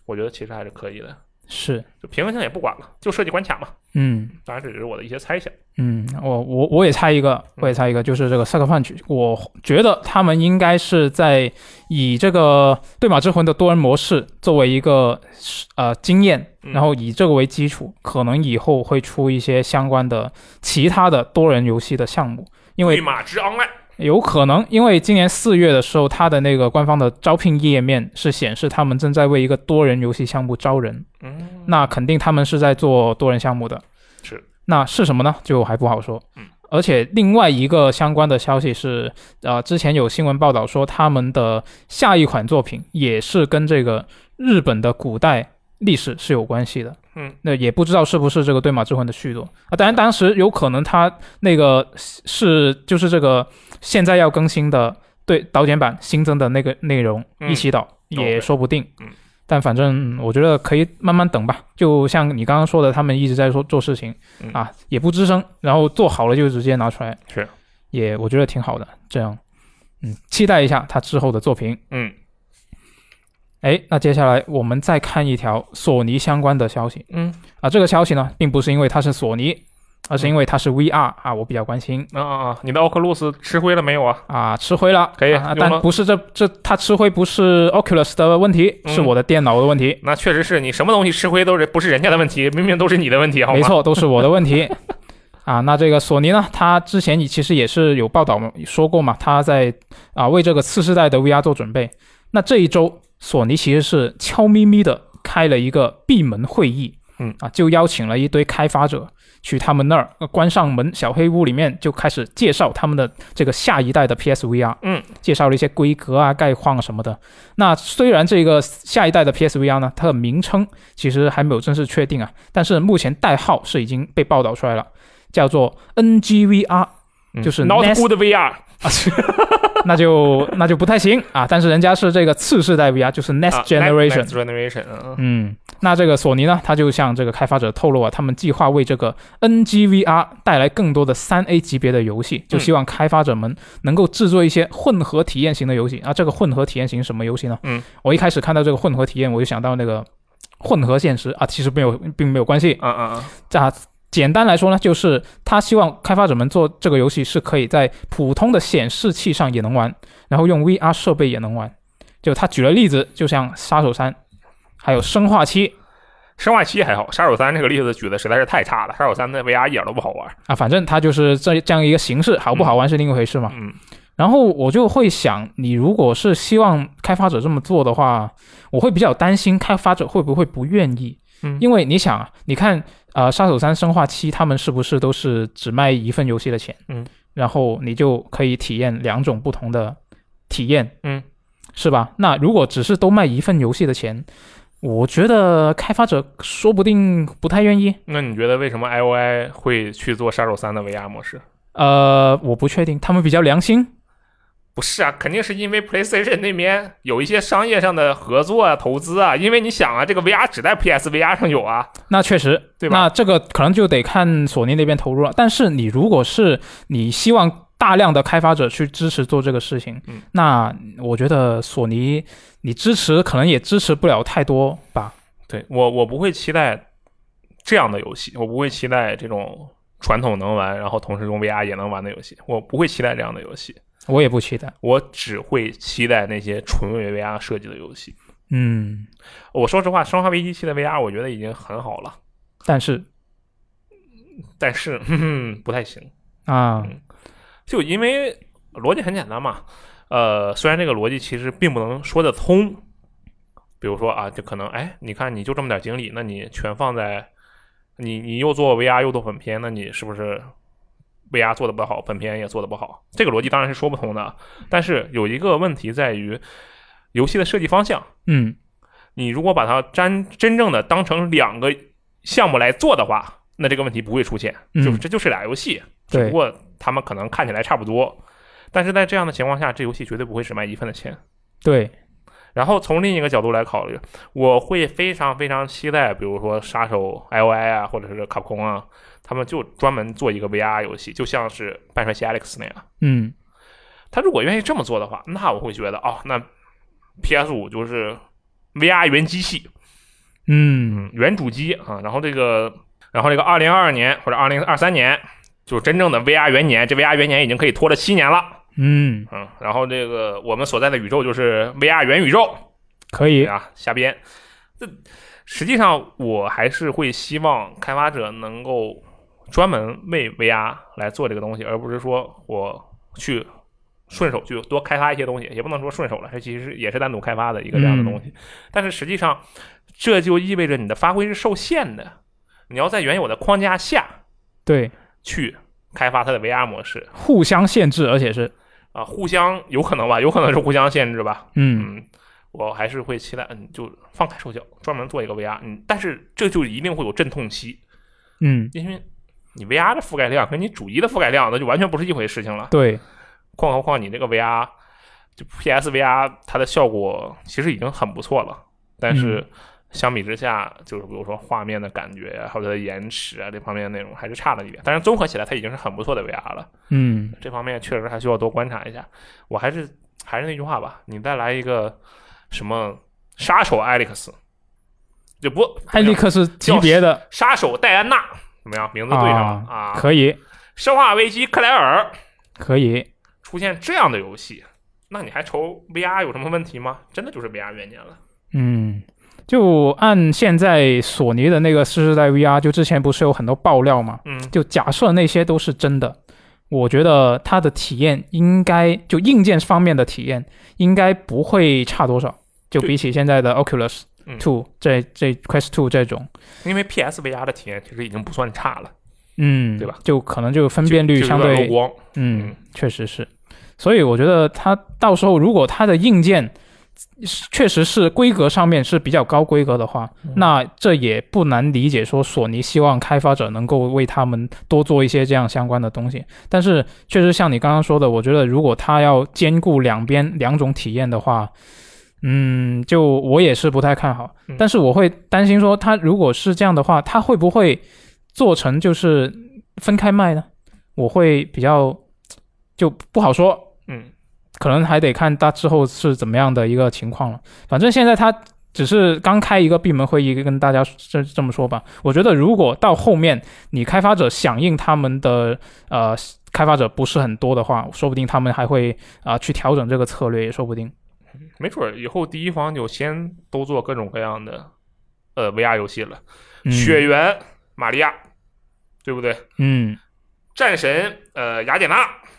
Speaker 3: 我觉得其实还是可以的。
Speaker 2: 是，
Speaker 3: 就平衡性也不管了，就设计关卡嘛。
Speaker 2: 嗯。
Speaker 3: 当然，这只是我的一些猜想。
Speaker 2: 嗯，我我我也猜一个，
Speaker 3: 嗯
Speaker 2: 我也猜一个，就是这个萨克饭局，我觉得他们应该是在以这个对马之魂的多人模式作为一个呃经验，
Speaker 3: 嗯
Speaker 2: 然后以这个为基础，可能以后会出一些相关的其他的多人游戏的项目，因为
Speaker 3: 对马之 online，
Speaker 2: 有可能，因为今年四月的时候，它的那个官方的招聘页面是显示他们正在为一个多人游戏项目招人，
Speaker 3: 嗯，
Speaker 2: 那肯定他们是在做多人项目的。
Speaker 3: 是，
Speaker 2: 那是什么呢？就还不好说。
Speaker 3: 嗯，
Speaker 2: 而且另外一个相关的消息是，呃，之前有新闻报道说，他们的下一款作品也是跟这个日本的古代历史是有关系的。
Speaker 3: 嗯，
Speaker 2: 那也不知道是不是这个《对马之魂》的续作啊。当然，当时有可能他那个是就是这个现在要更新的对导剪版新增的那个内容
Speaker 3: 嗯
Speaker 2: 一起导、
Speaker 3: OK
Speaker 2: 也说不定。
Speaker 3: 嗯
Speaker 2: 但反正我觉得可以慢慢等吧。就像你刚刚说的，他们一直在说做事情、
Speaker 3: 嗯
Speaker 2: 啊，也不吱声，然后做好了就直接拿出来，
Speaker 3: 是，
Speaker 2: 也我觉得挺好的。这样，嗯，期待一下他之后的作品。
Speaker 3: 嗯
Speaker 2: 哎，那接下来我们再看一条索尼相关的消息
Speaker 3: 嗯
Speaker 2: 啊。这个消息呢，并不是因为它是索尼，而是因为它是 VR 啊，我比较关心
Speaker 3: 啊啊啊！你的奥克路斯吃灰了没有啊？
Speaker 2: 啊，吃灰了，
Speaker 3: 可以
Speaker 2: 啊
Speaker 3: 用吗
Speaker 2: 但不是这这它吃灰不是 Oculus 的问题，
Speaker 3: 嗯
Speaker 2: 是我的电脑的问题。
Speaker 3: 那确实是你什么东西吃亏都是不是人家的问题，明明都是你的问题，好吗？
Speaker 2: 没，错，都是我的问
Speaker 3: (laughs)
Speaker 2: 题。啊，那这个索尼呢？它之前其实也是有报道说过嘛，它在啊为这个次世代的 VR 做准备。那这一周，索尼其实是悄咪咪的开了一个闭门会议，
Speaker 3: 嗯
Speaker 2: 啊，就邀请了一堆开发者去他们那儿、呃关上门小黑屋里面就开始介绍他们的这个下一代的 PSVR，
Speaker 3: 嗯，
Speaker 2: 介绍了一些规格啊、概况什么的。那虽然这个下一代的 PSVR 呢，它的名称其实还没有正式确定啊，但是目前代号是已经被报道出来了，叫做 NGVR。
Speaker 3: 嗯
Speaker 2: 就是
Speaker 3: Not
Speaker 2: Nest-
Speaker 3: Good VR，
Speaker 2: (laughs) 那就那就不太行啊。但是人家是这个次世代 VR，就是 next
Speaker 3: 啊
Speaker 2: generation，、
Speaker 3: Next Generation，嗯
Speaker 2: 嗯，那这个索尼呢，它就向这个开发者透露啊，他们计划为这个 NGVR 带来更多的三 A 级别的游戏，就希望开发者们能够制作一些混合体验型的游戏啊。这个混合体验型什么游戏呢？
Speaker 3: 嗯，
Speaker 2: 我一开始看到这个混合体验，我就想到那个混合现实啊，其实没有，并没有关系。
Speaker 3: 啊啊啊，
Speaker 2: 啊，简单来说呢，就是他希望开发者们做这个游戏是可以在普通的显示器上也能玩，然后用 VR 设备也能玩。就他举了例子，就像《杀手三》，还有《生化七》
Speaker 3: 生化七还好，杀手三这个例子举的实在是太差了，杀手三的 VR 一点都不好玩。
Speaker 2: 啊，反正它就是这这样一个形式，好不好玩是另一回事嘛。
Speaker 3: 嗯，
Speaker 2: 然后我就会想，你如果是希望开发者这么做的话，我会比较担心开发者会不会不愿意。
Speaker 3: 嗯
Speaker 2: 因为你想啊，你看，呃，《杀手三》《生化七》，他们是不是都是只卖一份游戏的钱？
Speaker 3: 嗯，
Speaker 2: 然后你就可以体验两种不同的体验，
Speaker 3: 嗯，
Speaker 2: 是吧？那如果只是都卖一份游戏的钱，我觉得开发者说不定不太愿意。
Speaker 3: 那你觉得为什么 IOI 会去做杀手三的 VR 模式？
Speaker 2: 呃，我不确定，他们比较良心，
Speaker 3: 不是啊，肯定是因为 PlayStation 那边有一些商业上的合作啊、投资啊。因为你想啊，这个 VR 只在 PSVR 上有啊。
Speaker 2: 那确实，
Speaker 3: 对吧
Speaker 2: 那这个可能就得看索尼那边投入了。但是你如果是你希望大量的开发者去支持做这个事情，
Speaker 3: 嗯
Speaker 2: 那我觉得索尼你支持可能也支持不了太多吧。
Speaker 3: 对我，我不会期待这样的游戏，我不会期待这种传统能玩，然后同时用 VR 也能玩的游戏，我不会期待这样的游戏。
Speaker 2: 我也不期待。
Speaker 3: 我只会期待那些纯为 VR 设计的游戏。
Speaker 2: 嗯，
Speaker 3: 我说实话，《生化危机》系列 VR 我觉得已经很好了，
Speaker 2: 但是
Speaker 3: 但是哼哼，不太行，
Speaker 2: 啊，
Speaker 3: 就因为逻辑很简单嘛。呃，虽然这个逻辑其实并不能说得通，比如说啊，就可能哎，你看你就这么点精力，那你全放在你你又做 VR 又做本片，那你是不是 VR 做的不好，本片也做的不好？这个逻辑当然是说不通的。啊但是有一个问题在于游戏的设计方向，
Speaker 2: 嗯，
Speaker 3: 你如果把它真真正的当成两个项目来做的话，那这个问题不会出现，
Speaker 2: 嗯
Speaker 3: 就是这就是俩游戏，只不
Speaker 2: 对，
Speaker 3: 过他们可能看起来差不多，但是在这样的情况下，这游戏绝对不会只卖一份的钱。
Speaker 2: 对，
Speaker 3: 然后从另一个角度来考虑，我会非常非常期待，比如说杀手 I O I 啊，或者是卡普空啊，他们就专门做一个 V R 游戏，就像是半衰期 Alex 那样。
Speaker 2: 嗯，
Speaker 3: 他如果愿意这么做的话，那我会觉得哦，那 P S 五就是 V R 原机器，
Speaker 2: 嗯，
Speaker 3: 嗯，原主机啊，然后这个，然后这个二零二二年或者二零二三年，就是真正的 VR 元年，这 VR 元年已经可以拖了七年了，
Speaker 2: 嗯，
Speaker 3: 嗯，然后这个我们所在的宇宙就是 VR 元宇宙，
Speaker 2: 可以，
Speaker 3: 啊，瞎编。这实际上我还是会希望开发者能够专门为 VR 来做这个东西，而不是说我去顺手去多开发一些东西，也不能说顺手了，它其实也是单独开发的一个这样的东西。但是实际上，这就意味着你的发挥是受限的，你要在原有的框架下
Speaker 2: 对，
Speaker 3: 去开发它的 VR 模式
Speaker 2: 互相限制，而且是，
Speaker 3: 啊，互相有可能吧，有可能是互相限制吧，
Speaker 2: 嗯，
Speaker 3: 嗯，我还是会期待，嗯，就放开手脚，专门做一个 VR，嗯，但是这就一定会有阵痛期，
Speaker 2: 嗯，
Speaker 3: 因为你 VR 的覆盖量跟你主机的覆盖量那就完全不是一回事情了，
Speaker 2: 对，
Speaker 3: 更何况你这个 VR 就 PSVR 它的效果其实已经很不错了，但是相比之下，就是比如说画面的感觉呀，还有它的延迟啊这方面的内容还是差了一点，但是综合起来它已经是很不错的 VR 了。
Speaker 2: 嗯，
Speaker 3: 这方面确实还需要多观察一下。我还是还是那句话吧，你再来一个什么杀手艾利克斯，就不
Speaker 2: 艾利克是级别的
Speaker 3: 杀手戴安娜怎么样？名字对上了啊！
Speaker 2: 可以，
Speaker 3: 生化危机克莱尔
Speaker 2: 可以，
Speaker 3: 出现这样的游戏，那你还愁 VR 有什么问题吗？真的就是 VR 元年了。
Speaker 2: 嗯，就按现在索尼的那个次世代 VR，就之前不是有很多爆料嘛？
Speaker 3: 嗯
Speaker 2: 就假设那些都是真的，我觉得它的体验应该就硬件方面的体验应该不会差多少，就比起现在的 Oculus
Speaker 3: 嗯
Speaker 2: Two、这这 Quest Two 这种，
Speaker 3: 因为 PSVR 的体验其实已经不算差了，
Speaker 2: 嗯，
Speaker 3: 对吧？
Speaker 2: 就可能就分辨率
Speaker 3: 就
Speaker 2: 相
Speaker 3: 就是有
Speaker 2: 对
Speaker 3: 点漏光。
Speaker 2: 嗯
Speaker 3: 嗯，
Speaker 2: 确实是。所以我觉得它到时候如果它的硬件确实是规格上面是比较高规格的话，那这也不难理解说索尼希望开发者能够为他们多做一些这样相关的东西。但是确实像你刚刚说的，我觉得如果他要兼顾两边两种体验的话，嗯，就我也是不太看好
Speaker 3: 嗯。
Speaker 2: 但是我会担心说，他如果是这样的话，他会不会做成就是分开卖呢？我会比较就不好说，
Speaker 3: 嗯，
Speaker 2: 可能还得看他之后是怎么样的一个情况了。反正现在他只是刚开一个闭门会议，跟大家这这么说吧。我觉得如果到后面你开发者响应他们的呃开发者不是很多的话，说不定他们还会啊、去调整这个策略，也说不定。
Speaker 3: 没准儿以后第一方就先都做各种各样的呃 VR 游戏了，
Speaker 2: 嗯
Speaker 3: 血缘玛利亚，对不对？
Speaker 2: 嗯
Speaker 3: 战神呃雅典娜，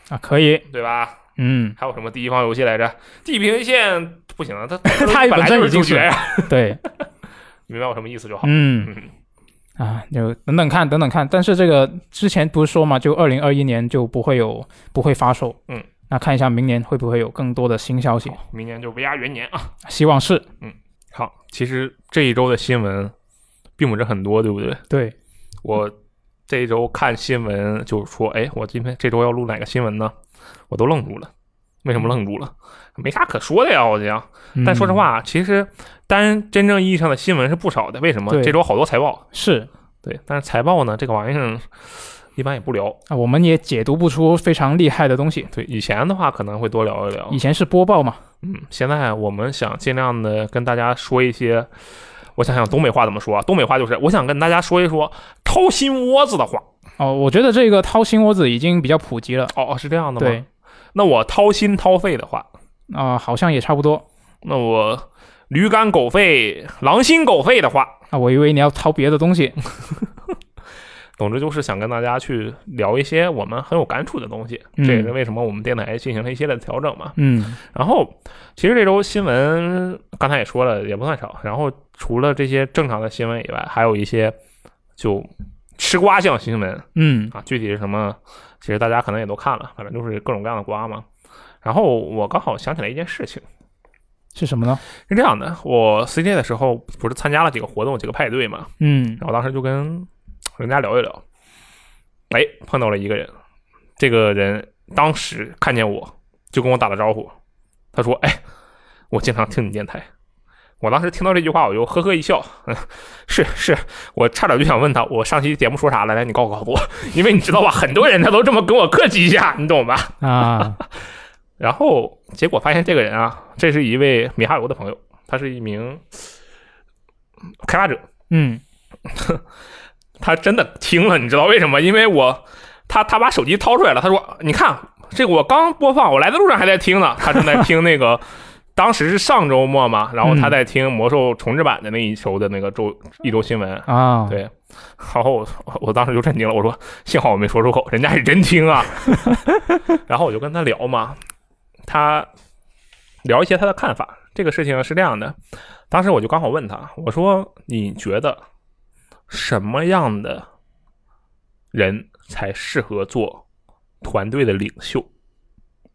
Speaker 2: 啊可以，
Speaker 3: 对吧？
Speaker 2: 嗯
Speaker 3: 还有什么第一方游戏来着？地平线不行啊， (laughs) 它它
Speaker 2: 它
Speaker 3: 本
Speaker 2: 本
Speaker 3: 来
Speaker 2: 身
Speaker 3: 就
Speaker 2: 已经
Speaker 3: 主角呀，
Speaker 2: 对，
Speaker 3: 你明白我什么意思就 (laughs) 好。
Speaker 2: 嗯。
Speaker 3: 嗯
Speaker 2: 啊，就等等看，等等看。但是这个之前不是说嘛，就二零二一年就不会有不会发售，
Speaker 3: 嗯，
Speaker 2: 那看一下明年会不会有更多的新消息，
Speaker 3: 明年就 VR 元年啊。
Speaker 2: 希望是
Speaker 3: 好，其实这一周的新闻并不是很多，对不对？
Speaker 2: 对，
Speaker 3: 我这一周看新闻就说，哎，我今天这周要录哪个新闻呢？我都愣住了。为什么愣住了？没啥可说的呀，好像。但说实
Speaker 2: 嗯、
Speaker 3: 话，其实单真正意义上的新闻是不少的。为什么？
Speaker 2: 对
Speaker 3: 这周好多财报，
Speaker 2: 是
Speaker 3: 对，但是财报呢，这个玩意儿一般也不聊。
Speaker 2: 啊，我们也解读不出非常厉害的东西。
Speaker 3: 对，以前的话可能会多聊一聊
Speaker 2: 以，前是播报嘛，
Speaker 3: 嗯，现在我们想尽量的跟大家说一些，我想想东北话怎么说啊？东北话就是我想跟大家说一说掏心窝子的话。
Speaker 2: 哦，我觉得这个掏心窝子已经比较普及了，
Speaker 3: 哦，是这样的吗？
Speaker 2: 对，
Speaker 3: 那我掏心掏肺的话，
Speaker 2: 啊、好像也差不多
Speaker 3: 那我驴肝狗肺、狼心狗肺的话，
Speaker 2: 啊，我以为你要掏别的东
Speaker 3: (laughs)
Speaker 2: 西，
Speaker 3: 总之就是想跟大家去聊一些我们很有感触的东西。
Speaker 2: 嗯
Speaker 3: 这也是为什么我们电台进行了一系列的调整嘛。
Speaker 2: 嗯
Speaker 3: 然后，其实这周新闻刚才也说了，也不算少。然后除了这些正常的新闻以外，还有一些就吃瓜像新闻
Speaker 2: 嗯
Speaker 3: 啊，具体是什么，其实大家可能也都看了，反正就是各种各样的瓜嘛。然后我刚好想起来一件事情。
Speaker 2: 是什么呢？
Speaker 3: 是这样的，我 CJ 的时候不是参加了几个活动、几个派对嘛，
Speaker 2: 嗯
Speaker 3: 然后当时就跟人家聊一聊，哎，碰到了一个人，这个人当时看见我就跟我打了招呼，他说：“哎，我经常听你电台。”我当时听到这句话，我就呵呵一笑， (laughs) 嗯，是是，我差点就想问他，我上期节目说啥了？来，你告诉告诉我，因为你知道吧，很多人他都这么跟我客气一下，你懂吧？
Speaker 2: 啊
Speaker 3: 然后结果发现这个人啊，这是一位米哈游的朋友，他是一名嗯开发者，
Speaker 2: 嗯
Speaker 3: 他真的听了，你知道为什么？因为我他他把手机掏出来了，他说：“你看这个我刚播放，我来的路上还在听呢。”他正在听那个，当时是上周末嘛，然后他在听魔兽重置版的那一周的那个周一周新闻。
Speaker 2: 啊，
Speaker 3: (laughs) 对，然后我 (laughs) 我当时就震惊了，我说幸好我没说出口，人家是真听啊。然后我就跟他聊嘛，他聊一些他的看法。这个事情是这样的，当时我就刚好问他，我说你觉得什么样的人才适合做团队的领袖，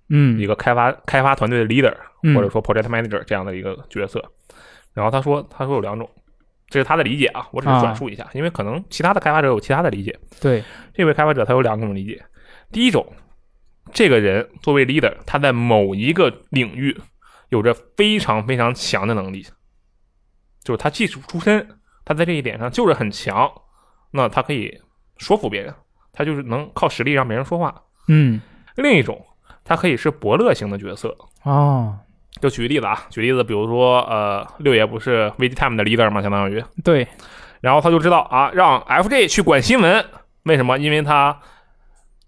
Speaker 2: 嗯
Speaker 3: 一个开发开发团队的 leader？
Speaker 2: 嗯
Speaker 3: 或者说 project manager 这样的一个角色。然后他说，他说有两种，这是他的理解啊，我只是转述一下，因为可能其他的开发者有其他的理解。
Speaker 2: 对
Speaker 3: 这位开发者他有两种理解，第一种，这个人作为 leader，他在某一个领域有着非常非常强的能力，就是他技术出身，他在这一点上就是很强，那他可以说服别人，他就是能靠实力让别人说话。
Speaker 2: 嗯
Speaker 3: 另一种，他可以是伯乐型的角色，
Speaker 2: 哦
Speaker 3: 就举个例子啊，举例子，比如说呃，六爷不是 VGTime 的 leader 嘛，相当于，
Speaker 2: 对
Speaker 3: 然后他就知道啊，让 FJ 去管新闻，为什么？因为他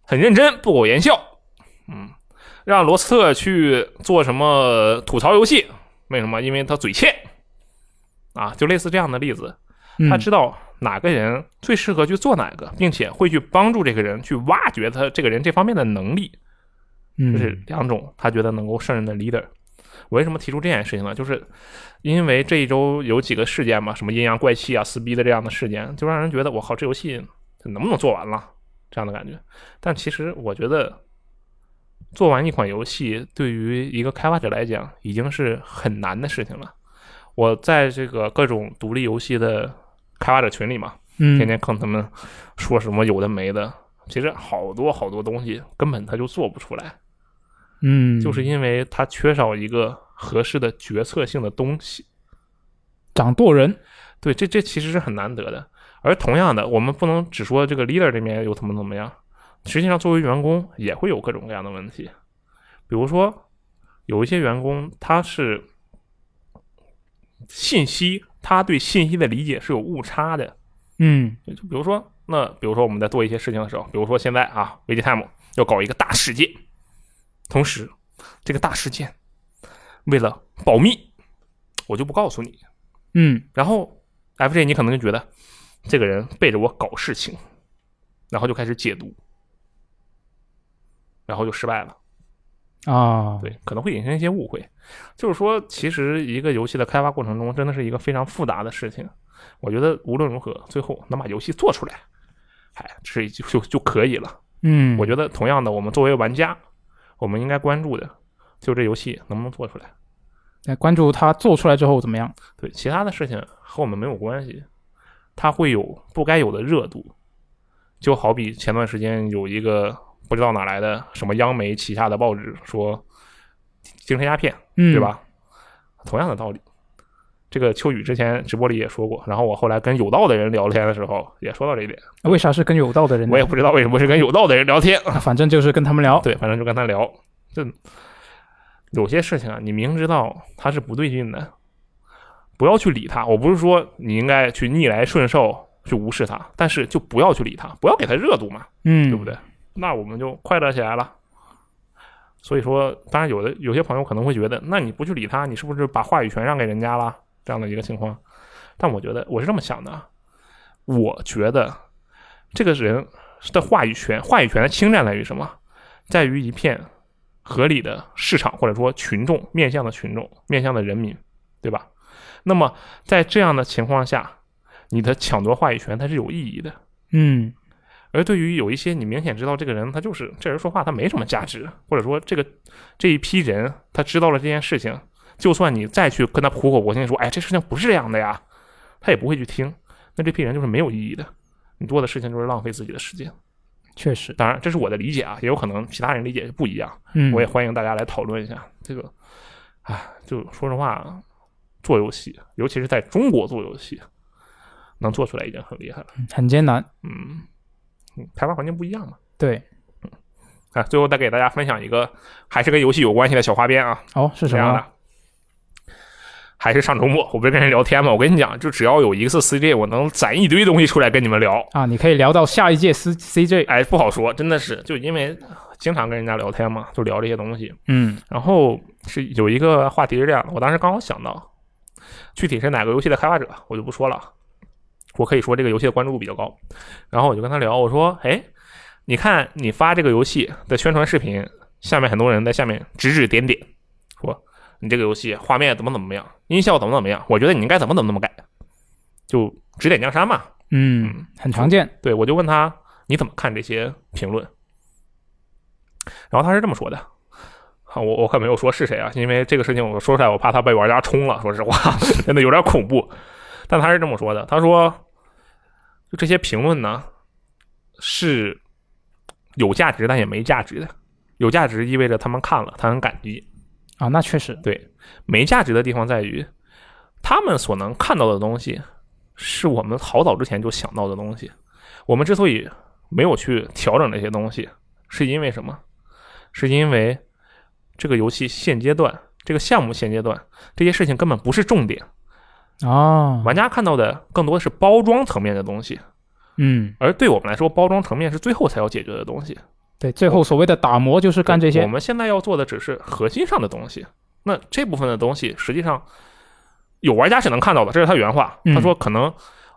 Speaker 3: 很认真，不苟言笑。嗯，让罗斯特去做什么吐槽游戏，为什么？因为他嘴欠。啊，就类似这样的例子，
Speaker 2: 嗯
Speaker 3: 他知道哪个人最适合去做哪个，并且会去帮助这个人去挖掘他这个人这方面的能力。就
Speaker 2: 嗯
Speaker 3: 是两种他觉得能够胜任的 leader。我为什么提出这件事情呢？就是因为这一周有几个事件嘛，什么阴阳怪气啊、撕逼的这样的事件，就让人觉得我靠，这游戏能不能做完了这样的感觉。但其实我觉得做完一款游戏，对于一个开发者来讲，已经是很难的事情了。我在这个各种独立游戏的开发者群里嘛，
Speaker 2: 嗯，
Speaker 3: 天天坑他们说什么有的没的，其实好多好多东西根本他就做不出来。
Speaker 2: 嗯，
Speaker 3: 就是因为它缺少一个合适的决策性的东西。
Speaker 2: 掌舵人，
Speaker 3: 对，这这其实是很难得的。而同样的，我们不能只说这个 leader 这边有怎么怎么样，实际上作为员工也会有各种各样的问题。比如说，有一些员工他是信息，他对信息的理解是有误差的。
Speaker 2: 嗯
Speaker 3: 就比如说，那比如说我们在做一些事情的时候，比如说现在啊维 e g t i m e 要搞一个大事件，同时这个大事件为了保密，我就不告诉你。
Speaker 2: 嗯
Speaker 3: 然后 FJ 你可能就觉得这个人背着我搞事情，然后就开始解读，然后就失败了。
Speaker 2: 啊，
Speaker 3: 对，可能会引申一些误会。就是说，其实一个游戏的开发过程中，真的是一个非常复杂的事情。我觉得无论如何，最后能把游戏做出来，哎，这就就就可以了。
Speaker 2: 嗯，
Speaker 3: 我觉得，同样的，我们作为玩家，我们应该关注的，就这游戏能不能做出来。
Speaker 2: 来关注他做出来之后怎么样。
Speaker 3: 对，其他的事情和我们没有关系，它会有不该有的热度。就好比前段时间有一个不知道哪来的什么央媒旗下的报纸说，精神鸦片
Speaker 2: 嗯，
Speaker 3: 对？吧？同样的道理，这个秋雨之前直播里也说过，然后我后来跟有道的人聊天的时候也说到这一点，
Speaker 2: 为啥是跟有道的人呢？
Speaker 3: 我也不知道为什么是跟有道的人聊天，
Speaker 2: 啊反正就是跟他们聊。
Speaker 3: 对，反正就跟他聊，这有些事情啊，你明知道他是不对劲的，不要去理他。我不是说你应该去逆来顺受，去无视他，但是就不要去理他，不要给他热度嘛。
Speaker 2: 嗯，
Speaker 3: 对不对？？那我们就快乐起来了。所以说，当然有的有些朋友可能会觉得，那你不去理他，你是不是把话语权让给人家了？这样的一个情况。但我觉得我是这么想的，啊，我觉得这个人的话语权，话语权的侵占在于什么？在于一片合理的市场或者说群众面向的群众，面向的人民，对吧？那么在这样的情况下，你的抢夺话语权它是有意义的。
Speaker 2: 嗯
Speaker 3: 而对于有一些你明显知道这个人，他就是这人说话他没什么价值，或者说这个这一批人他知道了这件事情，就算你再去跟他苦口婆心说，哎，这事情不是这样的呀，他也不会去听。那这批人就是没有意义的，你做的事情就是浪费自己的时间。
Speaker 2: 确实，
Speaker 3: 当然，这是我的理解啊，也有可能其他人理解不一样。
Speaker 2: 嗯，
Speaker 3: 我也欢迎大家来讨论一下这个。哎，就说实话，做游戏，尤其是在中国做游戏，能做出来已经很厉害了。
Speaker 2: 很艰难。
Speaker 3: 嗯，嗯开发环境不一样嘛。
Speaker 2: 对，
Speaker 3: 啊，最后再给大家分享一个还是跟游戏有关系的小花边啊，
Speaker 2: 哦，是
Speaker 3: 是
Speaker 2: 什
Speaker 3: 这样的
Speaker 2: 么？。
Speaker 3: 还是上周末，我不是跟人聊天嘛，我跟你讲，就只要有一次 CJ，我能攒一堆东西出来跟你们聊。
Speaker 2: 啊？你可以聊到下一届 C C J。
Speaker 3: 哎，不好说，真的是，就因为经常跟人家聊天嘛，就聊这些东西。
Speaker 2: 嗯
Speaker 3: 然后是有一个话题是这样的，我当时刚好想到，具体是哪个游戏的开发者，我就不说了。我可以说这个游戏的关注度比较高，然后我就跟他聊，我说：“哎，你看你发这个游戏的宣传视频，下面很多人在下面指指点点，说你这个游戏画面怎么怎么样，音效怎么怎么样，我觉得你应该怎么怎么怎么改，就指点江山嘛。
Speaker 2: 嗯，很常见。”
Speaker 3: 对，我就问他你怎么看这些评论，然后他是这么说的。啊我我可没有说是谁啊，因为这个事情我说出来，我怕他被玩家冲了。说实话， (laughs) 真的有点恐怖。但他是这么说的，他说，就这些评论呢，是有价值但也没价值的。有价值意味着他们看了，他很感激；
Speaker 2: 啊，那确实，
Speaker 3: 对，没价值的地方在于，他们所能看到的东西，是我们好早之前就想到的东西。我们之所以没有去调整这些东西，是因为什么？是因为这个游戏现阶段，这个项目现阶段，这些事情根本不是重点。
Speaker 2: 啊，
Speaker 3: 玩家看到的更多的是包装层面的东西，
Speaker 2: 嗯，
Speaker 3: 而对我们来说，包装层面是最后才要解决的东西。
Speaker 2: 对，最后所谓的打磨就是干这
Speaker 3: 我
Speaker 2: 些。
Speaker 3: 们现在要做的只是核心上的东西。那这部分的东西，实际上有玩家是能看到的，这是他原话。
Speaker 2: 嗯
Speaker 3: 他说可能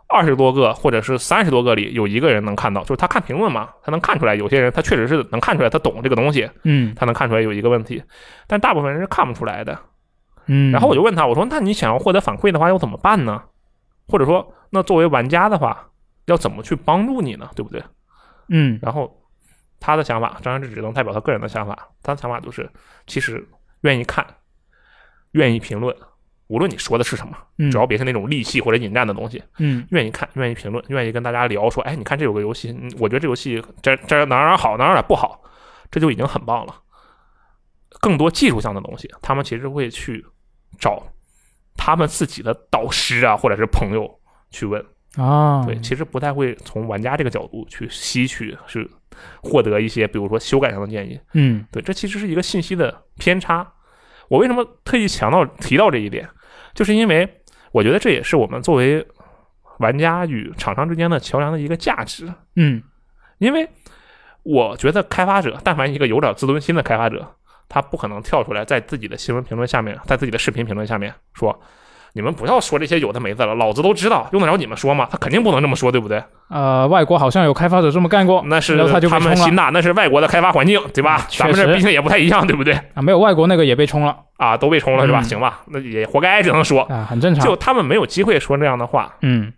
Speaker 3: 二十多个或者是三十多个里有一个人能看到，就是他看评论嘛，他能看出来有些人他确实是能看出来他懂这个东西，
Speaker 2: 嗯
Speaker 3: 他能看出来有一个问题，但大部分人是看不出来的。
Speaker 2: 嗯。
Speaker 3: 然后我就问他，我说那你想要获得反馈的话要怎么办呢？或者说，那作为玩家的话要怎么去帮助你呢？对不对？
Speaker 2: 嗯
Speaker 3: 然后他的想法，当然这只能代表他个人的想法。他的想法就是，其实愿意看，愿意评论，无论你说的是什么，
Speaker 2: 嗯
Speaker 3: 只要别是那种戾气或者引战的东西，
Speaker 2: 嗯
Speaker 3: 愿意看，愿意评论，愿意跟大家聊，说，哎，你看这有个游戏，嗯我觉得这游戏这这哪儿哪儿好，哪儿哪儿不好，这就已经很棒了。更多技术上的东西，他们其实会去找他们自己的导师啊，或者是朋友去问。
Speaker 2: 啊，
Speaker 3: 对，其实不太会从玩家这个角度去吸取，是获得一些比如说修改上的建议。
Speaker 2: 嗯
Speaker 3: 对，这其实是一个信息的偏差。我为什么特意强调提到这一点，就是因为我觉得这也是我们作为玩家与厂商之间的桥梁的一个价值。
Speaker 2: 嗯
Speaker 3: 因为我觉得开发者，但凡一个有点自尊心的开发者，他不可能跳出来在自己的新闻评论下面，在自己的视频评论下面说：“你们不要说这些有的没的了，老子都知道，用得着你们说吗？”他肯定不能这么说，对不对？
Speaker 2: 呃，外国好像有开发者这么干过，
Speaker 3: 那是
Speaker 2: 然后他就被冲
Speaker 3: 们新
Speaker 2: 了嗯
Speaker 3: 纳，那是外国的开发环境，对吧？
Speaker 2: 确
Speaker 3: 咱们这
Speaker 2: 实
Speaker 3: 毕竟也不太一样，对不对？
Speaker 2: 啊，没有外国那个也被冲了
Speaker 3: 啊，都被冲了是吧？
Speaker 2: 嗯
Speaker 3: 行吧，那也活该，只能说，
Speaker 2: 啊，很正常。
Speaker 3: 就他们没有机会说这样的话。
Speaker 2: 嗯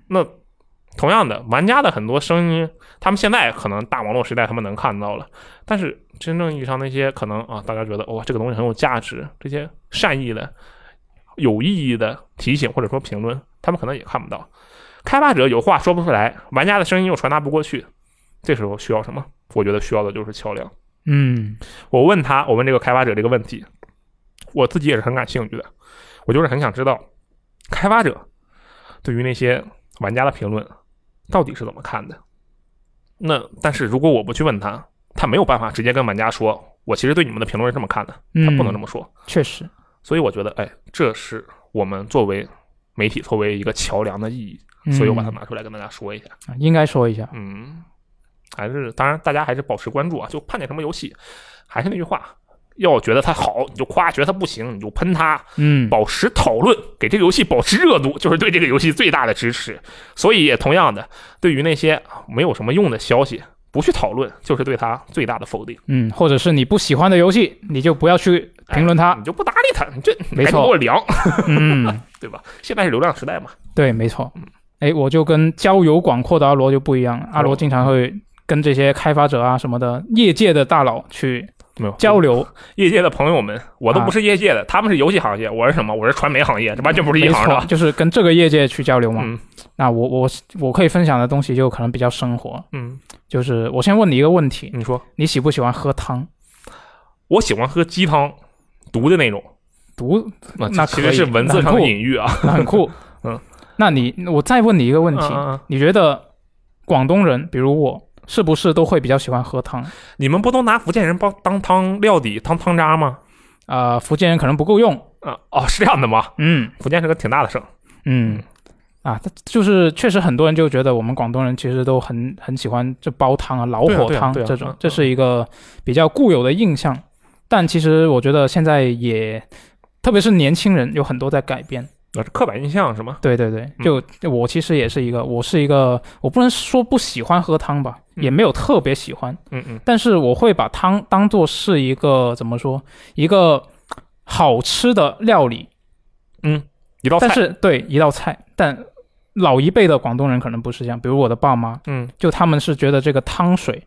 Speaker 3: 同样的，玩家的很多声音，他们现在可能大网络时代他们能看到了，但是真正意义上那些可能啊，大家觉得哇、这个东西很有价值，这些善意的、有意义的提醒或者说评论，他们可能也看不到。开发者有话说不出来，玩家的声音又传达不过去，这时候需要什么？我觉得需要的就是桥梁。
Speaker 2: 嗯
Speaker 3: 我问他，我问这个开发者这个问题，我自己也是很感兴趣的，我就是很想知道，开发者对于那些玩家的评论到底是怎么看的。那但是如果我不去问他，他没有办法直接跟玩家说，我其实对你们的评论是这么看的，
Speaker 2: 嗯，
Speaker 3: 他不能这么说。
Speaker 2: 确实，
Speaker 3: 所以我觉得，哎，这是我们作为媒体作为一个桥梁的意义，
Speaker 2: 嗯啊
Speaker 3: 所以我把它拿出来跟大家说一下。
Speaker 2: 应该说一下。
Speaker 3: 嗯，还是当然，大家还是保持关注啊。就判点什么游戏，还是那句话，要觉得它好你就夸，觉得它不行你就喷它，
Speaker 2: 嗯，
Speaker 3: 保持讨论，给这个游戏保持热度，就是对这个游戏最大的支持。所以也同样的，对于那些没有什么用的消息，不去讨论，就是对它最大的否定。
Speaker 2: 嗯，或者是你不喜欢的游戏，你就不要去评论它
Speaker 3: 啊你。就不搭理它，你这
Speaker 2: 没
Speaker 3: 你赶紧
Speaker 2: 错
Speaker 3: 给我凉，
Speaker 2: 嗯，
Speaker 3: 对吧？现在是流量时代嘛，
Speaker 2: 对，没错。
Speaker 3: 嗯
Speaker 2: 哎，我就跟交友广阔的阿罗就不一样了，阿罗经常会跟这些开发者啊什么的业界的大佬去
Speaker 3: 没有
Speaker 2: 交流。
Speaker 3: 业界的朋友们，我都
Speaker 2: 啊
Speaker 3: 不是业界的，他们是游戏行业，我是什么？我是传媒行业，这完全不是一
Speaker 2: 没
Speaker 3: 行
Speaker 2: 错，
Speaker 3: 的。
Speaker 2: 就是跟这个业界去交流嘛。
Speaker 3: 嗯
Speaker 2: 那我我我可以分享的东西就可能比较生活，
Speaker 3: 嗯，
Speaker 2: 就是我先问你一个问题，
Speaker 3: 你说。
Speaker 2: 你喜不喜欢喝汤？
Speaker 3: 我喜欢喝鸡汤，毒的那种。
Speaker 2: 毒 (laughs)
Speaker 3: 那
Speaker 2: 那
Speaker 3: 其
Speaker 2: 可
Speaker 3: 实
Speaker 2: 以
Speaker 3: 是文字上的隐喻啊。。
Speaker 2: 那很酷
Speaker 3: 嗯，
Speaker 2: 那你我再问你一个问题，
Speaker 3: 嗯嗯嗯
Speaker 2: 你觉得广东人，比如我，是不是都会比较喜欢喝汤？
Speaker 3: 你们不都拿福建人帮当汤料底、当汤渣吗？
Speaker 2: 啊、福建人可能不够用。
Speaker 3: 啊、哦，是这样的吗？
Speaker 2: 嗯
Speaker 3: 福建是个挺大的省。
Speaker 2: 嗯，啊，他就是确实很多人就觉得我们广东人其实都很很喜欢这煲汤啊、老
Speaker 3: 对啊
Speaker 2: 火
Speaker 3: 对啊
Speaker 2: 汤
Speaker 3: 对啊
Speaker 2: 这种
Speaker 3: 嗯，
Speaker 2: 这是一个比较固有的印象。但其实我觉得现在也，特别是年轻人有很多在改变。
Speaker 3: 那是刻板印象是吗？
Speaker 2: 对对对，
Speaker 3: 嗯
Speaker 2: 就我其实也是一个，我是一个，我不能说不喜欢喝汤吧，
Speaker 3: 嗯
Speaker 2: 也没有特别喜欢，
Speaker 3: 嗯嗯
Speaker 2: 但是我会把汤当做是一个怎么说，一个好吃的料理，
Speaker 3: 嗯，一道菜。
Speaker 2: 但是对一道菜，但老一辈的广东人可能不是这样，比如我的爸妈，
Speaker 3: 嗯
Speaker 2: 就他们是觉得这个汤水，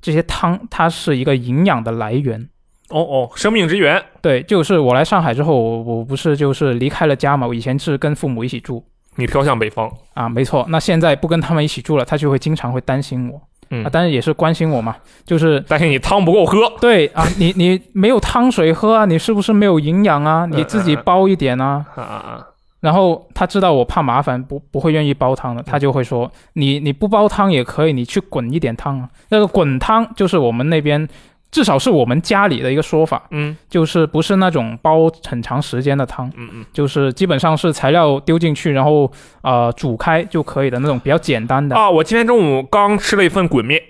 Speaker 2: 这些汤它是一个营养的来源。
Speaker 3: 哦哦，生命之源。
Speaker 2: 对，就是我来上海之后，我我不是就是离开了家嘛，我以前是跟父母一起住
Speaker 3: 你飘向北方，
Speaker 2: 啊，没错。那现在不跟他们一起住了，他就会经常会担心我，
Speaker 3: 嗯
Speaker 2: 啊，当然也是关心我嘛，就是
Speaker 3: 但是你汤不够喝。
Speaker 2: 对啊，你你没有汤水喝啊，你是不是没有营养啊？你自己煲一点啊。
Speaker 3: 啊啊啊！
Speaker 2: 然后他知道我怕麻烦，不不会愿意煲汤的，他就会说你你不煲汤也可以，你去滚一点汤啊。那个滚汤就是我们那边，至少是我们家里的一个说法，
Speaker 3: 嗯
Speaker 2: 就是不是那种煲很长时间的汤，
Speaker 3: 嗯嗯。
Speaker 2: 就是基本上是材料丢进去，然后呃煮开就可以的那种比较简单的
Speaker 3: 啊，我今天中午刚吃了一份滚面。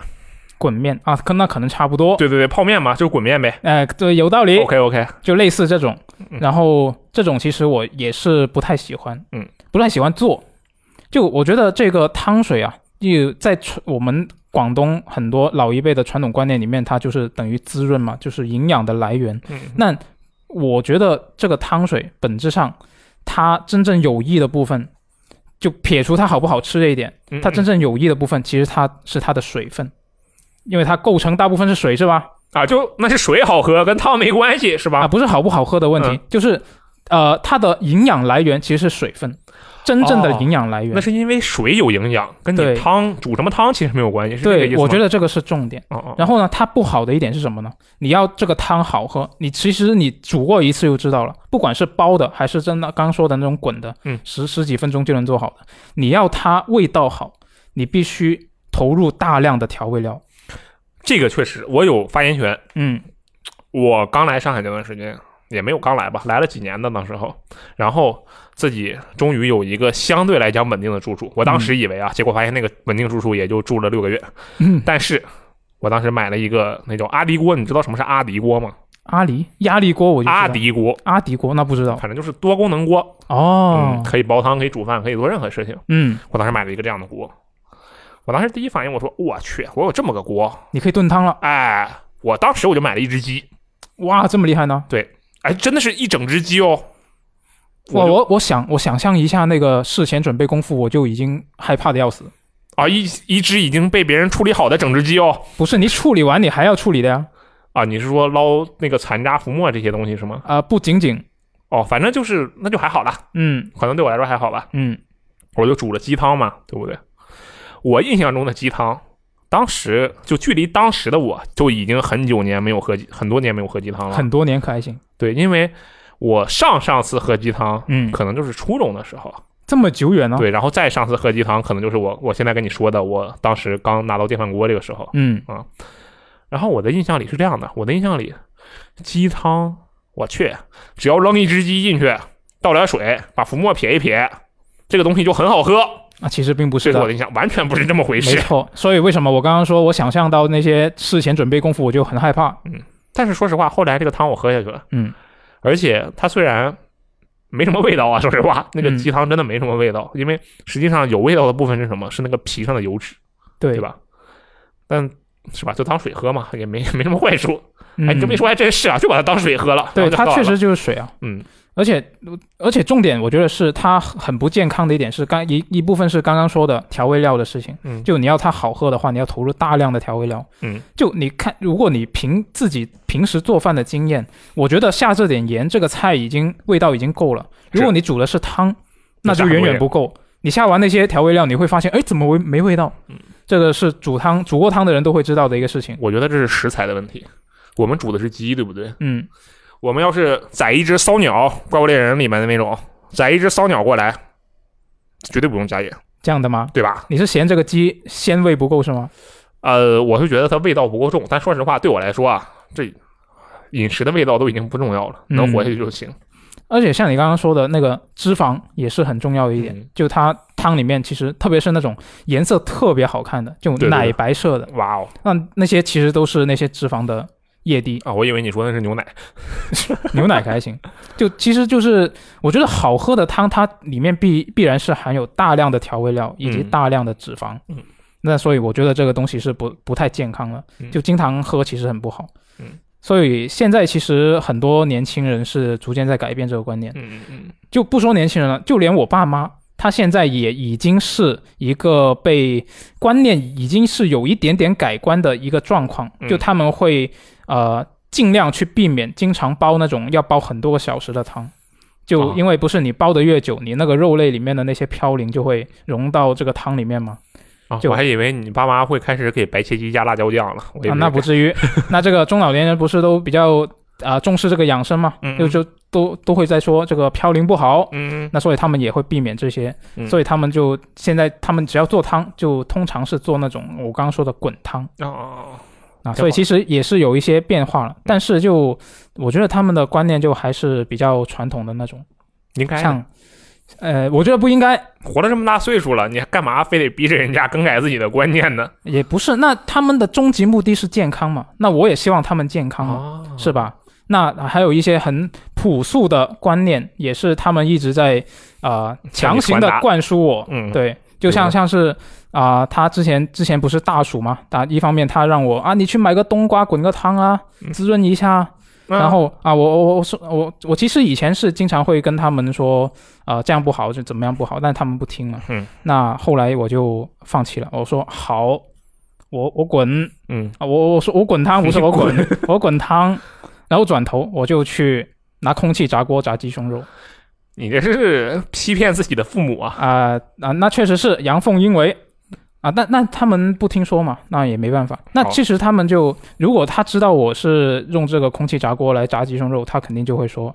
Speaker 2: 滚面啊，跟那可能差不多。
Speaker 3: 对对对，泡面嘛，就是滚面呗。
Speaker 2: 哎，对，有道理。
Speaker 3: OK OK，
Speaker 2: 就类似这种
Speaker 3: 嗯。
Speaker 2: 然后这种其实我也是不太喜欢，
Speaker 3: 嗯，
Speaker 2: 不太喜欢做。就我觉得这个汤水啊，就在传我们广东很多老一辈的传统观念里面，它就是等于滋润嘛，就是营养的来源。
Speaker 3: 嗯，
Speaker 2: 那我觉得这个汤水本质上，它真正有益的部分，就撇除它好不好吃这一点，
Speaker 3: 嗯
Speaker 2: 它真
Speaker 3: 嗯
Speaker 2: 正有益的部分，其实它是它的水分。因为它构成大部分是水，是吧？
Speaker 3: 啊，就那是水好喝，跟汤没关系是吧？
Speaker 2: 啊，不是好不好喝的问题，
Speaker 3: 嗯
Speaker 2: 就是呃，它的营养来源其实是水分，真正的
Speaker 3: 哦
Speaker 2: 营养来源。
Speaker 3: 那是因为水有营养，跟
Speaker 2: 对
Speaker 3: 你汤煮什么汤其实没有关系，是这个意
Speaker 2: 对，
Speaker 3: 思
Speaker 2: 我觉
Speaker 3: 得，
Speaker 2: 得这个是重点。
Speaker 3: 哦哦，
Speaker 2: 然后呢，它不好的一点是什么呢？你要这个汤好喝，你其实你煮过一次就知道了，不管是煲的还是真的刚说的那种滚的，
Speaker 3: 嗯
Speaker 2: 十十几分钟就能做好的。你要它味道好，你必须投入大量的调味料。
Speaker 3: 这个确实我有发言权。
Speaker 2: 嗯
Speaker 3: 我刚来上海那段时间，也没有刚来吧，来了几年的那时候，然后自己终于有一个相对来讲稳定的住处。我当时以为啊，结果发现那个稳定住处也就住了六个月，
Speaker 2: 嗯，
Speaker 3: 但是我当时买了一个那种阿迪锅，你知道什么是阿迪锅吗？
Speaker 2: 阿狸压力锅我就知道
Speaker 3: 阿迪锅，
Speaker 2: 阿迪锅那不知道
Speaker 3: 反正就是多功能锅，
Speaker 2: 哦
Speaker 3: 嗯，，可以煲汤，可以煮饭，可以做任何事情。
Speaker 2: 嗯，
Speaker 3: 我当时买了一个这样的锅，我当时第一反应我说我去，我有这么个锅，
Speaker 2: 你可以炖汤了，
Speaker 3: 哎，我当时我就买了一只鸡，
Speaker 2: 哇，这么厉害呢！
Speaker 3: 哎，真的是一整只鸡哦。
Speaker 2: 我
Speaker 3: 就
Speaker 2: 我我想我想象一下那个事前准备功夫，我就已经害怕的要死。
Speaker 3: 啊，一一只已经被别人处理好的整只鸡哦。
Speaker 2: 不是你处理完你还要处理的呀，
Speaker 3: 啊，你是说捞那个残渣、浮沫这些东西是吗？
Speaker 2: 啊、不仅仅，
Speaker 3: 哦，反正就是那就还好啦，
Speaker 2: 嗯
Speaker 3: 可能对我来说还好吧。
Speaker 2: 嗯
Speaker 3: 我就煮了鸡汤嘛，对不对？我印象中的鸡汤，当时就距离当时的我就已经很久年没有喝鸡，很多年没有喝鸡汤了。
Speaker 2: 很多年可还行，
Speaker 3: 对，因为我上上次喝鸡汤，
Speaker 2: 嗯，啊
Speaker 3: 可能就是初中的时候。
Speaker 2: 这么久远呢、
Speaker 3: 对，然后再上次喝鸡汤，可能就是我我现在跟你说的，我当时刚拿到电饭锅这个时候。
Speaker 2: 嗯
Speaker 3: 然后我的印象里是这样的，我的印象里，鸡汤，我去，只要扔一只鸡进去，倒点水，把浮沫撇一撇，这个东西就很好喝。
Speaker 2: 啊，其实并不
Speaker 3: 这
Speaker 2: 是
Speaker 3: 是我
Speaker 2: 的
Speaker 3: 的，印象，完全不是这么回
Speaker 2: 没
Speaker 3: 事。
Speaker 2: 错。所以为什么我刚刚说我想象到那些事前准备功夫，我就很害怕。
Speaker 3: 但是说实话，后来这个汤我喝下去了，
Speaker 2: 嗯，
Speaker 3: 而且它虽然没什么味道啊，说实话，那个
Speaker 2: 嗯
Speaker 3: 鸡汤真的没什么味道，因为实际上有味道的部分是什么？是那个皮上的油脂，
Speaker 2: 对
Speaker 3: 对？吧？但是吧，就当水喝嘛，也没 (laughs) 没什么坏处。
Speaker 2: 嗯、
Speaker 3: 哎，你这么一，说还真是啊，就把它当水喝了。
Speaker 2: 对，
Speaker 3: 然后就
Speaker 2: 它
Speaker 3: 喝
Speaker 2: 确
Speaker 3: 完了，
Speaker 2: 实就是水啊。
Speaker 3: 嗯，
Speaker 2: 而且而且重点，我觉得是它很不健康的一点是刚一一部分是刚刚说的调味料的事情。
Speaker 3: 嗯，
Speaker 2: 就你要它好喝的话，你要投入大量的调味料。
Speaker 3: 嗯，
Speaker 2: 就你看，如果你凭自己平时做饭的经验，我觉得下这点盐，这个菜已经味道已经够了。如果你煮的是汤，那就远远不够。你下完那些调味料，你会发现，哎，怎么味没味道？
Speaker 3: 嗯，
Speaker 2: 这个是煮汤煮过汤的人都会知道的一个事情。
Speaker 3: 我觉得这是食材的问题。我们煮的是鸡，对不对？
Speaker 2: 嗯，
Speaker 3: 我们要是宰一只骚鸟，《怪物猎人》里面的那种，宰一只骚鸟过来，绝对不用加盐，
Speaker 2: 这样的吗？
Speaker 3: 对吧？
Speaker 2: 你是嫌这个鸡鲜味不够是吗？
Speaker 3: 呃，我是觉得它味道不够重，但说实话，对我来说啊，这饮食的味道都已经不重要了，
Speaker 2: 嗯
Speaker 3: 能活下去就行。
Speaker 2: 而且像你刚刚说的那个脂肪也是很重要的一点，
Speaker 3: 嗯
Speaker 2: 就它汤里面其实特别是那种颜色特别好看的，就
Speaker 3: 对对
Speaker 2: 奶白色的，
Speaker 3: 哇哦
Speaker 2: 那那些其实都是那些脂肪的液滴，
Speaker 3: 啊！我以为你说那是牛奶，
Speaker 2: 牛奶还行。就其实就是我觉得好喝的汤，它里面必必然是含有大量的调味料以及
Speaker 3: 嗯
Speaker 2: 大量的脂肪。
Speaker 3: 嗯
Speaker 2: 那所以我觉得这个东西是不不太健康了，
Speaker 3: 嗯
Speaker 2: 就经常喝其实很不好。
Speaker 3: 嗯。
Speaker 2: 所以现在其实很多年轻人是逐渐在改变这个观念，
Speaker 3: 嗯嗯
Speaker 2: 就不说年轻人了，就连我爸妈，他现在也已经是一个被观念已经是有一点点改观的一个状况，
Speaker 3: 嗯
Speaker 2: 就他们会呃尽量去避免经常煲那种要煲很多个小时的汤。就
Speaker 3: 哦
Speaker 2: 因为不是你煲的越久，你那个肉类里面的那些嘌呤就会融到这个汤里面嘛？
Speaker 3: 啊！
Speaker 2: 就
Speaker 3: 我还以为你爸妈会开始给白切鸡加辣椒酱了，我以
Speaker 2: 啊，
Speaker 3: 为
Speaker 2: 那不至
Speaker 3: (laughs)
Speaker 2: 于。那这个中老年人不是都比较啊、重视这个养生嘛？
Speaker 3: 嗯嗯
Speaker 2: 就就都都会在说这个嘌呤不好，
Speaker 3: 嗯
Speaker 2: 那所以他们也会避免这些，
Speaker 3: 嗯
Speaker 2: 所以他们就现在他们只要做汤，就通常是做那种我刚刚说的滚汤
Speaker 3: 嗯哦
Speaker 2: 啊，
Speaker 3: 好
Speaker 2: 所以其实也是有一些变化了，
Speaker 3: 嗯
Speaker 2: 但是就我觉得他们的观念就还是比较传统的那种，
Speaker 3: 应该的
Speaker 2: 像。呃，我觉得不应该，
Speaker 3: 活了这么大岁数了，你还干嘛非得逼着人家更改自己的观念呢？
Speaker 2: 也不是。那他们的终极目的是健康嘛？那我也希望他们健康嘛，
Speaker 3: 啊
Speaker 2: 是吧？那还有一些很朴素的观念，也是他们一直在啊、呃、
Speaker 3: 向
Speaker 2: 强
Speaker 3: 你
Speaker 2: 行
Speaker 3: 传
Speaker 2: 的
Speaker 3: 达
Speaker 2: 灌输我，
Speaker 3: 嗯，
Speaker 2: 对，就像
Speaker 3: 对
Speaker 2: 像是啊、他之前之前不是大暑嘛，他一方面他让我啊，你去买个冬瓜滚个汤啊，
Speaker 3: 嗯
Speaker 2: 滋润一下。
Speaker 3: 嗯
Speaker 2: 然后啊，我我我说我我其实以前是经常会跟他们说，呃，这样不好，就怎么样不好，但他们不听嘛。
Speaker 3: 嗯。
Speaker 2: 那后来我就放弃了，我说好，我我滚
Speaker 3: 嗯，
Speaker 2: 啊，我我说我滚汤不是我滚，我滚汤，然后转头我就去拿空气炸锅炸鸡胸肉
Speaker 3: 你这是欺骗自己的父母啊！
Speaker 2: 啊啊、那确实是阳奉阴违啊，那那他们不听说嘛，那也没办法。那
Speaker 3: 好
Speaker 2: 其实他们就如果他知道我是用这个空气炸锅来炸鸡胸肉，他肯定就会说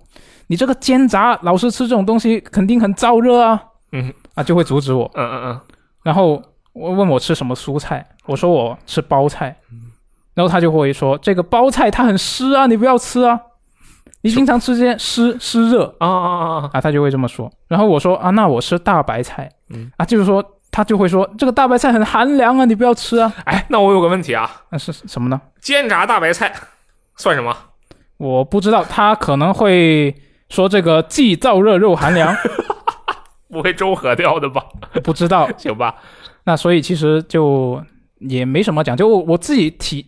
Speaker 2: 你这个煎炸，老是吃这种东西肯定很燥热啊，
Speaker 3: 嗯
Speaker 2: 啊就会阻止我。
Speaker 3: 嗯嗯嗯，
Speaker 2: 然后我问我吃什么蔬菜，我说我吃包菜，然后他就会说这个包菜它很湿啊，你不要吃啊，你经常吃这些湿湿热
Speaker 3: 啊啊啊啊！
Speaker 2: 啊，他就会这么说。然后我说啊，那我吃大白菜
Speaker 3: 嗯，
Speaker 2: 啊，就是说他就会说这个大白菜很寒凉啊，你不要吃啊，
Speaker 3: 哎，那我有个问题啊，
Speaker 2: 那、是什么呢？
Speaker 3: 煎炸大白菜算什么？
Speaker 2: 我不知道，他可能会说这个既燥热又寒凉，
Speaker 3: 不会中和掉的吧？
Speaker 2: 不知道。
Speaker 3: 行吧，
Speaker 2: 那所以其实就也没什么讲，就我我自己体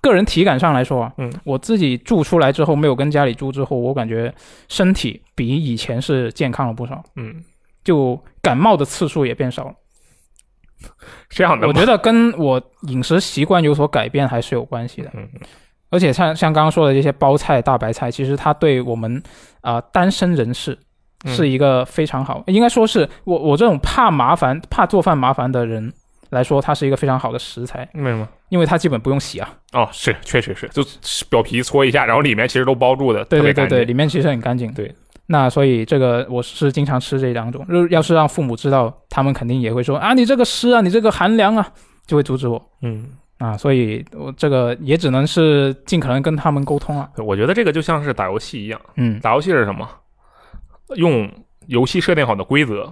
Speaker 2: 个人体感上来说啊，
Speaker 3: 嗯，
Speaker 2: 我自己住出来之后，没有跟家里住之后，我感觉身体比以前是健康了不少，
Speaker 3: 嗯，
Speaker 2: 就感冒的次数也变少了。
Speaker 3: 这样的
Speaker 2: 我
Speaker 3: 吗
Speaker 2: 觉得跟我饮食习惯有所改变还是有关系的。
Speaker 3: 嗯
Speaker 2: 而且像像刚刚说的这些包菜、大白菜，其实它对我们啊、呃单身人士
Speaker 3: 嗯
Speaker 2: 是一个非常好，应该说是我我这种怕麻烦、怕做饭麻烦的人来说，它是一个非常好的食材，
Speaker 3: 为什么？
Speaker 2: 因为它基本不用洗啊。
Speaker 3: 哦，是，确实是，就是表皮搓一下，然后里面其实都包住的，
Speaker 2: 对
Speaker 3: 特
Speaker 2: 对
Speaker 3: 别
Speaker 2: 对
Speaker 3: 干净
Speaker 2: 对，里面其实很干净。
Speaker 3: 对，
Speaker 2: 那所以这个我是经常吃这两种，如要是让父母知道，他们肯定也会说啊，你这个湿啊，你这个寒凉啊，就会阻止我
Speaker 3: 嗯，
Speaker 2: 啊。所以我这个也只能是尽可能跟他们沟通啊。
Speaker 3: 我觉得这个就像是打游戏一样，
Speaker 2: 嗯
Speaker 3: 打游戏是什么？用游戏设定好的规则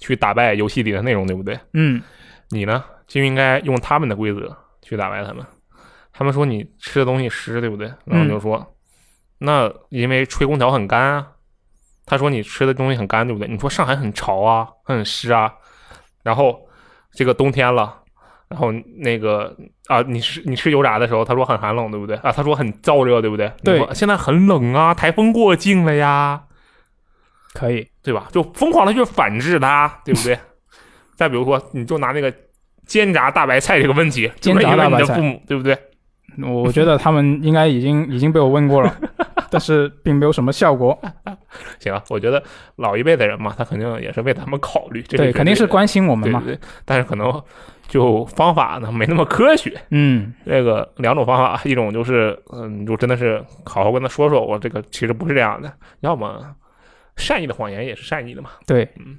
Speaker 3: 去打败游戏里的内容，对不对？
Speaker 2: 嗯，
Speaker 3: 你呢，就应该用他们的规则去打败他们。他们说你吃的东西湿，对不对？然后你就说，那因为吹空调很干啊。他说你吃的东西很干，对不对？你说上海很潮啊，很湿啊。然后这个冬天了，然后那个啊，你吃你吃油炸的时候，他说很寒冷，对不对？啊，他说很燥热，对不对？
Speaker 2: 对
Speaker 3: 你说现在很冷啊，台风过境了呀，
Speaker 2: 可以。
Speaker 3: 对吧？就疯狂的去反制它，对不
Speaker 2: (laughs)
Speaker 3: 对？再比如说，你就拿那个煎炸大白菜这个问题，
Speaker 2: 煎炸大白菜
Speaker 3: 就是因为你的父母对不对？
Speaker 2: 我觉得他们应该已经已经被我问过了，
Speaker 3: (laughs)
Speaker 2: 但是并没有什么效果。
Speaker 3: 行了，我觉得老一辈的人嘛，他肯定也是为他们考虑，这
Speaker 2: 对，肯定是
Speaker 3: 关
Speaker 2: 关心我们
Speaker 3: 对
Speaker 2: 嘛。
Speaker 3: 对对，但是可能就方法呢没那么科学。
Speaker 2: 嗯，
Speaker 3: 这个两种方法，一种就是嗯，你就真的是好好跟他说说，我这个其实不是这样的，要么善意的谎言也是善意的嘛，
Speaker 2: 对
Speaker 3: 嗯，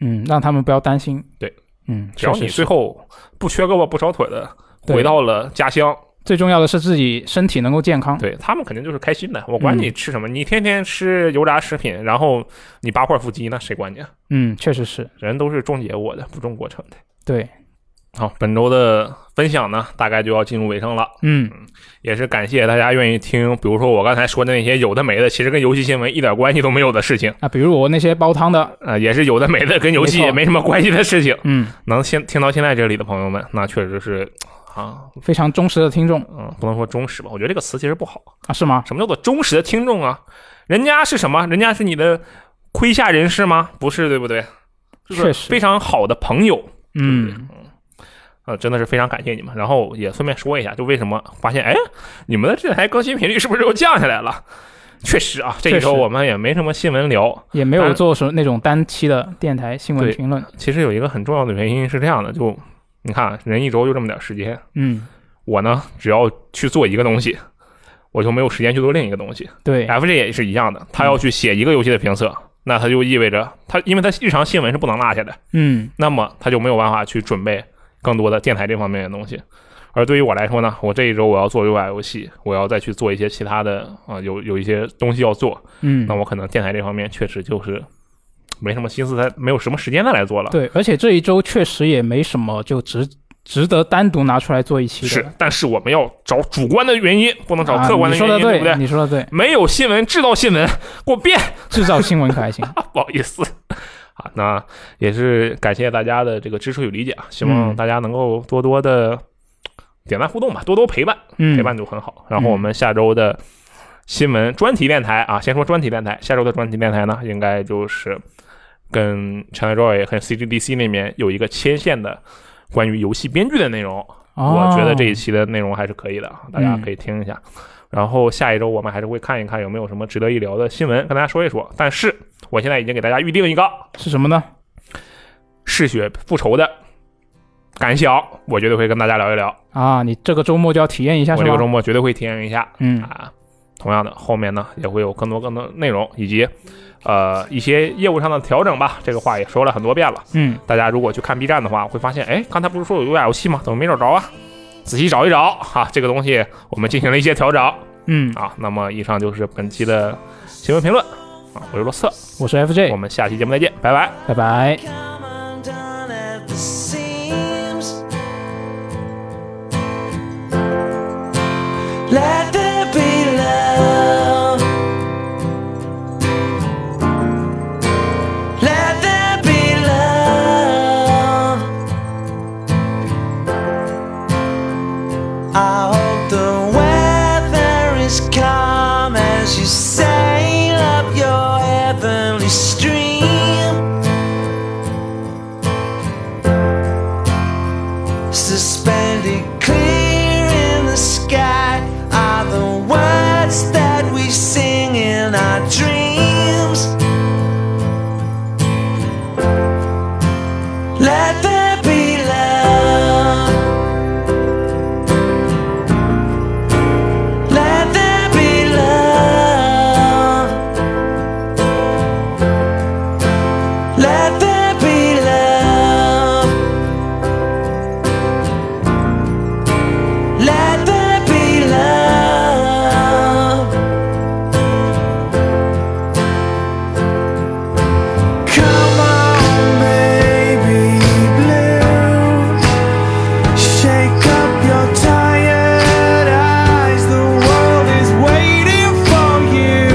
Speaker 2: 嗯，让他们不要担心。
Speaker 3: 对，
Speaker 2: 嗯，
Speaker 3: 只要
Speaker 2: 确实
Speaker 3: 你
Speaker 2: 是
Speaker 3: 最后不缺胳膊不少腿的
Speaker 2: 对
Speaker 3: 回到了家乡，
Speaker 2: 最重要的是自己身体能够健康。
Speaker 3: 对他们肯定就是开心的。我
Speaker 2: 嗯
Speaker 3: 管你吃什么，你天天吃油炸食品，然后你八块腹肌，那谁管你？啊？
Speaker 2: 嗯，确实是
Speaker 3: 人都是重结果的，不重过程的。
Speaker 2: 对。
Speaker 3: 好，本周的分享呢，大概就要进入尾声了，
Speaker 2: 嗯，
Speaker 3: 也是感谢大家愿意听，比如说我刚才说的那些有的没的，其实跟游戏新闻一点关系都没有的事情，
Speaker 2: 啊，比如我那些煲汤的，
Speaker 3: 啊，也是有的没的，跟游戏
Speaker 2: 没错
Speaker 3: 也没什么关系的事情。
Speaker 2: 嗯，
Speaker 3: 能先听到现在这里的朋友们，那确实是啊，
Speaker 2: 非常忠实的听众
Speaker 3: 嗯，不能说忠实吧，我觉得这个词其实不好。
Speaker 2: 啊，是吗？
Speaker 3: 什么叫做忠实的听众啊？人家是什么？人家是你的麾下人士吗？不是，对不对？就是
Speaker 2: 确实
Speaker 3: 非常好的朋友，对不对
Speaker 2: 嗯，
Speaker 3: 呃，真的是非常感谢你们。然后也顺便说一下，就为什么发现哎，你们的这台更新频率是不是又降下来了？确实啊，这一
Speaker 2: 确实
Speaker 3: 周我们也没什么新闻聊。
Speaker 2: 也没
Speaker 3: 当
Speaker 2: 有
Speaker 3: 然
Speaker 2: 做什么那种单期的电台新闻
Speaker 3: 对
Speaker 2: 评论。
Speaker 3: 其实有一个很重要的原因是这样的，就你看，人一周就这么点时间，
Speaker 2: 嗯，
Speaker 3: 我呢只要去做一个东西，我就没有时间去做另一个东西。
Speaker 2: 对，
Speaker 3: FJ 也是一样的，他要去写一个游戏的评测，那他就意味着他，因为他日常新闻是不能落下的，
Speaker 2: 嗯，
Speaker 3: 那么他就没有办法去准备更多的电台这方面的东西。而对于我来说呢，我这一周我要做 UI 游戏，我要再去做一些其他的啊、呃有有一些东西要做，
Speaker 2: 嗯
Speaker 3: 那，我可能电台这方面确实就是没什么心思，再没有什么时间再来做了。
Speaker 2: 对，而且这一周确实也没什么就值值得单独拿出来做一期的。
Speaker 3: 是，但是我们要找主观的原因，不能找客观
Speaker 2: 啊、
Speaker 3: 的
Speaker 2: 你说
Speaker 3: 原因，
Speaker 2: 的
Speaker 3: 对不对？
Speaker 2: 你说的对，
Speaker 3: 没有新闻制造新闻，给我变。
Speaker 2: 制造新闻可还
Speaker 3: (laughs)
Speaker 2: 行。
Speaker 3: 不好意思。啊，那也是感谢大家的这个支持与理解啊，希望
Speaker 2: 嗯
Speaker 3: 大家能够多多的点赞互动吧，多多陪伴，
Speaker 2: 嗯，
Speaker 3: 陪伴就很好。然后我们下周的新闻专题电台啊，先说专题电台，下周的专题电台呢，应该就是跟 China Joy 和 CGDC 那边有一个牵线的关于游戏编剧的内容。
Speaker 2: 哦嗯
Speaker 3: 我觉得这一期的内容还是可以的，啊大家可以听一下。然后下一周我们还是会看一看有没有什么值得一聊的新闻，跟大家说一说。但是我现在已经给大家预定一个
Speaker 2: 哦是什么呢？
Speaker 3: 嗜血复仇的感想，我绝对会跟大家聊一聊。
Speaker 2: 啊，你这个周末就要体验一下
Speaker 3: 我
Speaker 2: 是
Speaker 3: 这个周
Speaker 2: 吗？
Speaker 3: 末绝对会体验一下
Speaker 2: 嗯
Speaker 3: 啊。同样的，后面呢也会有更多更多的内容，以及呃一些业务上的调整吧。这个话也说了很多遍了。
Speaker 2: 嗯，
Speaker 3: 大家如果去看 B 站的话，会发现，哎，刚才不是说有优雅游戏吗？怎么没找着啊？仔细找一找哈、这个东西我们进行了一些调整
Speaker 2: 嗯，
Speaker 3: 啊。那么以上就是本期的新闻评论啊，我是罗策，
Speaker 2: 我是
Speaker 3: 我
Speaker 2: FJ，
Speaker 3: 们下期节目再见，拜拜。
Speaker 2: 拜拜。
Speaker 1: Come undone at the seams. Let there be love. Let there be love. I hope the weather is calm as you sail up your heavenly stream. Suspended clear in the sky are the words that we sing in our dreams. Let there be love. Let there be love. Let there be love. Let there be love. Come on, baby blue. Shake up your tired eyes. The world is waiting for you.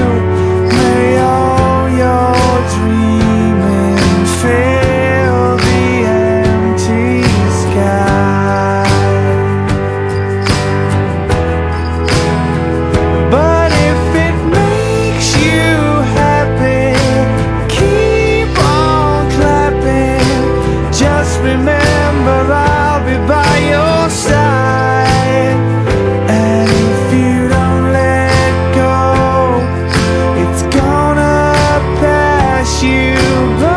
Speaker 1: May all your dreaming fill the empty sky. But if it makes you happy, keep on clapping. Just remember I'll be by your side. And if you don't let go, it's gonna pass you by.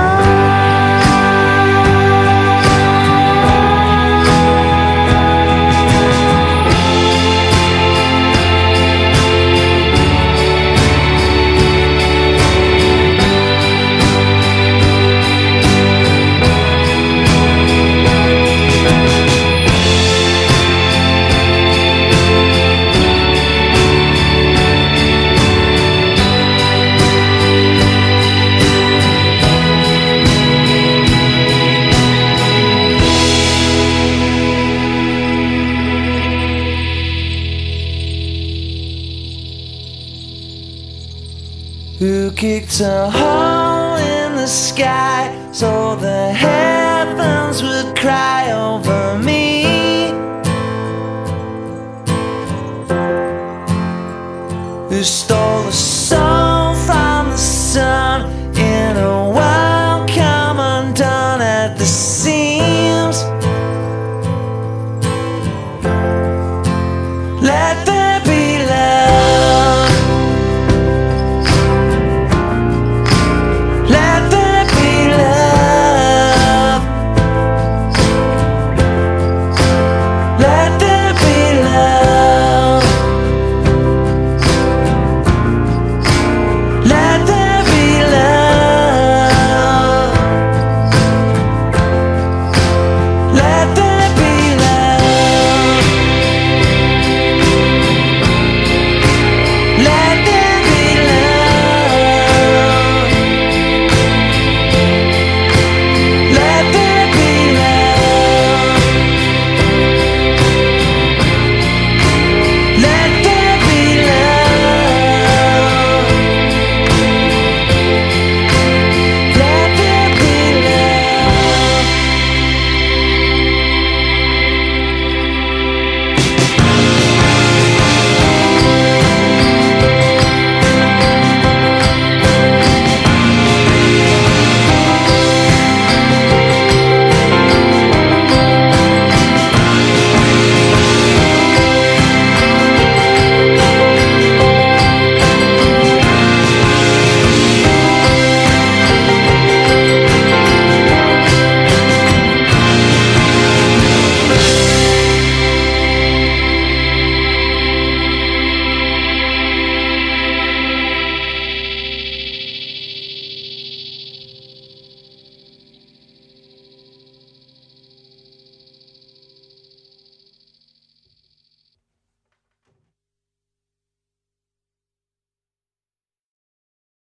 Speaker 1: who kicked a hole in the sky so the heavens would cry over me. Who stole the sun?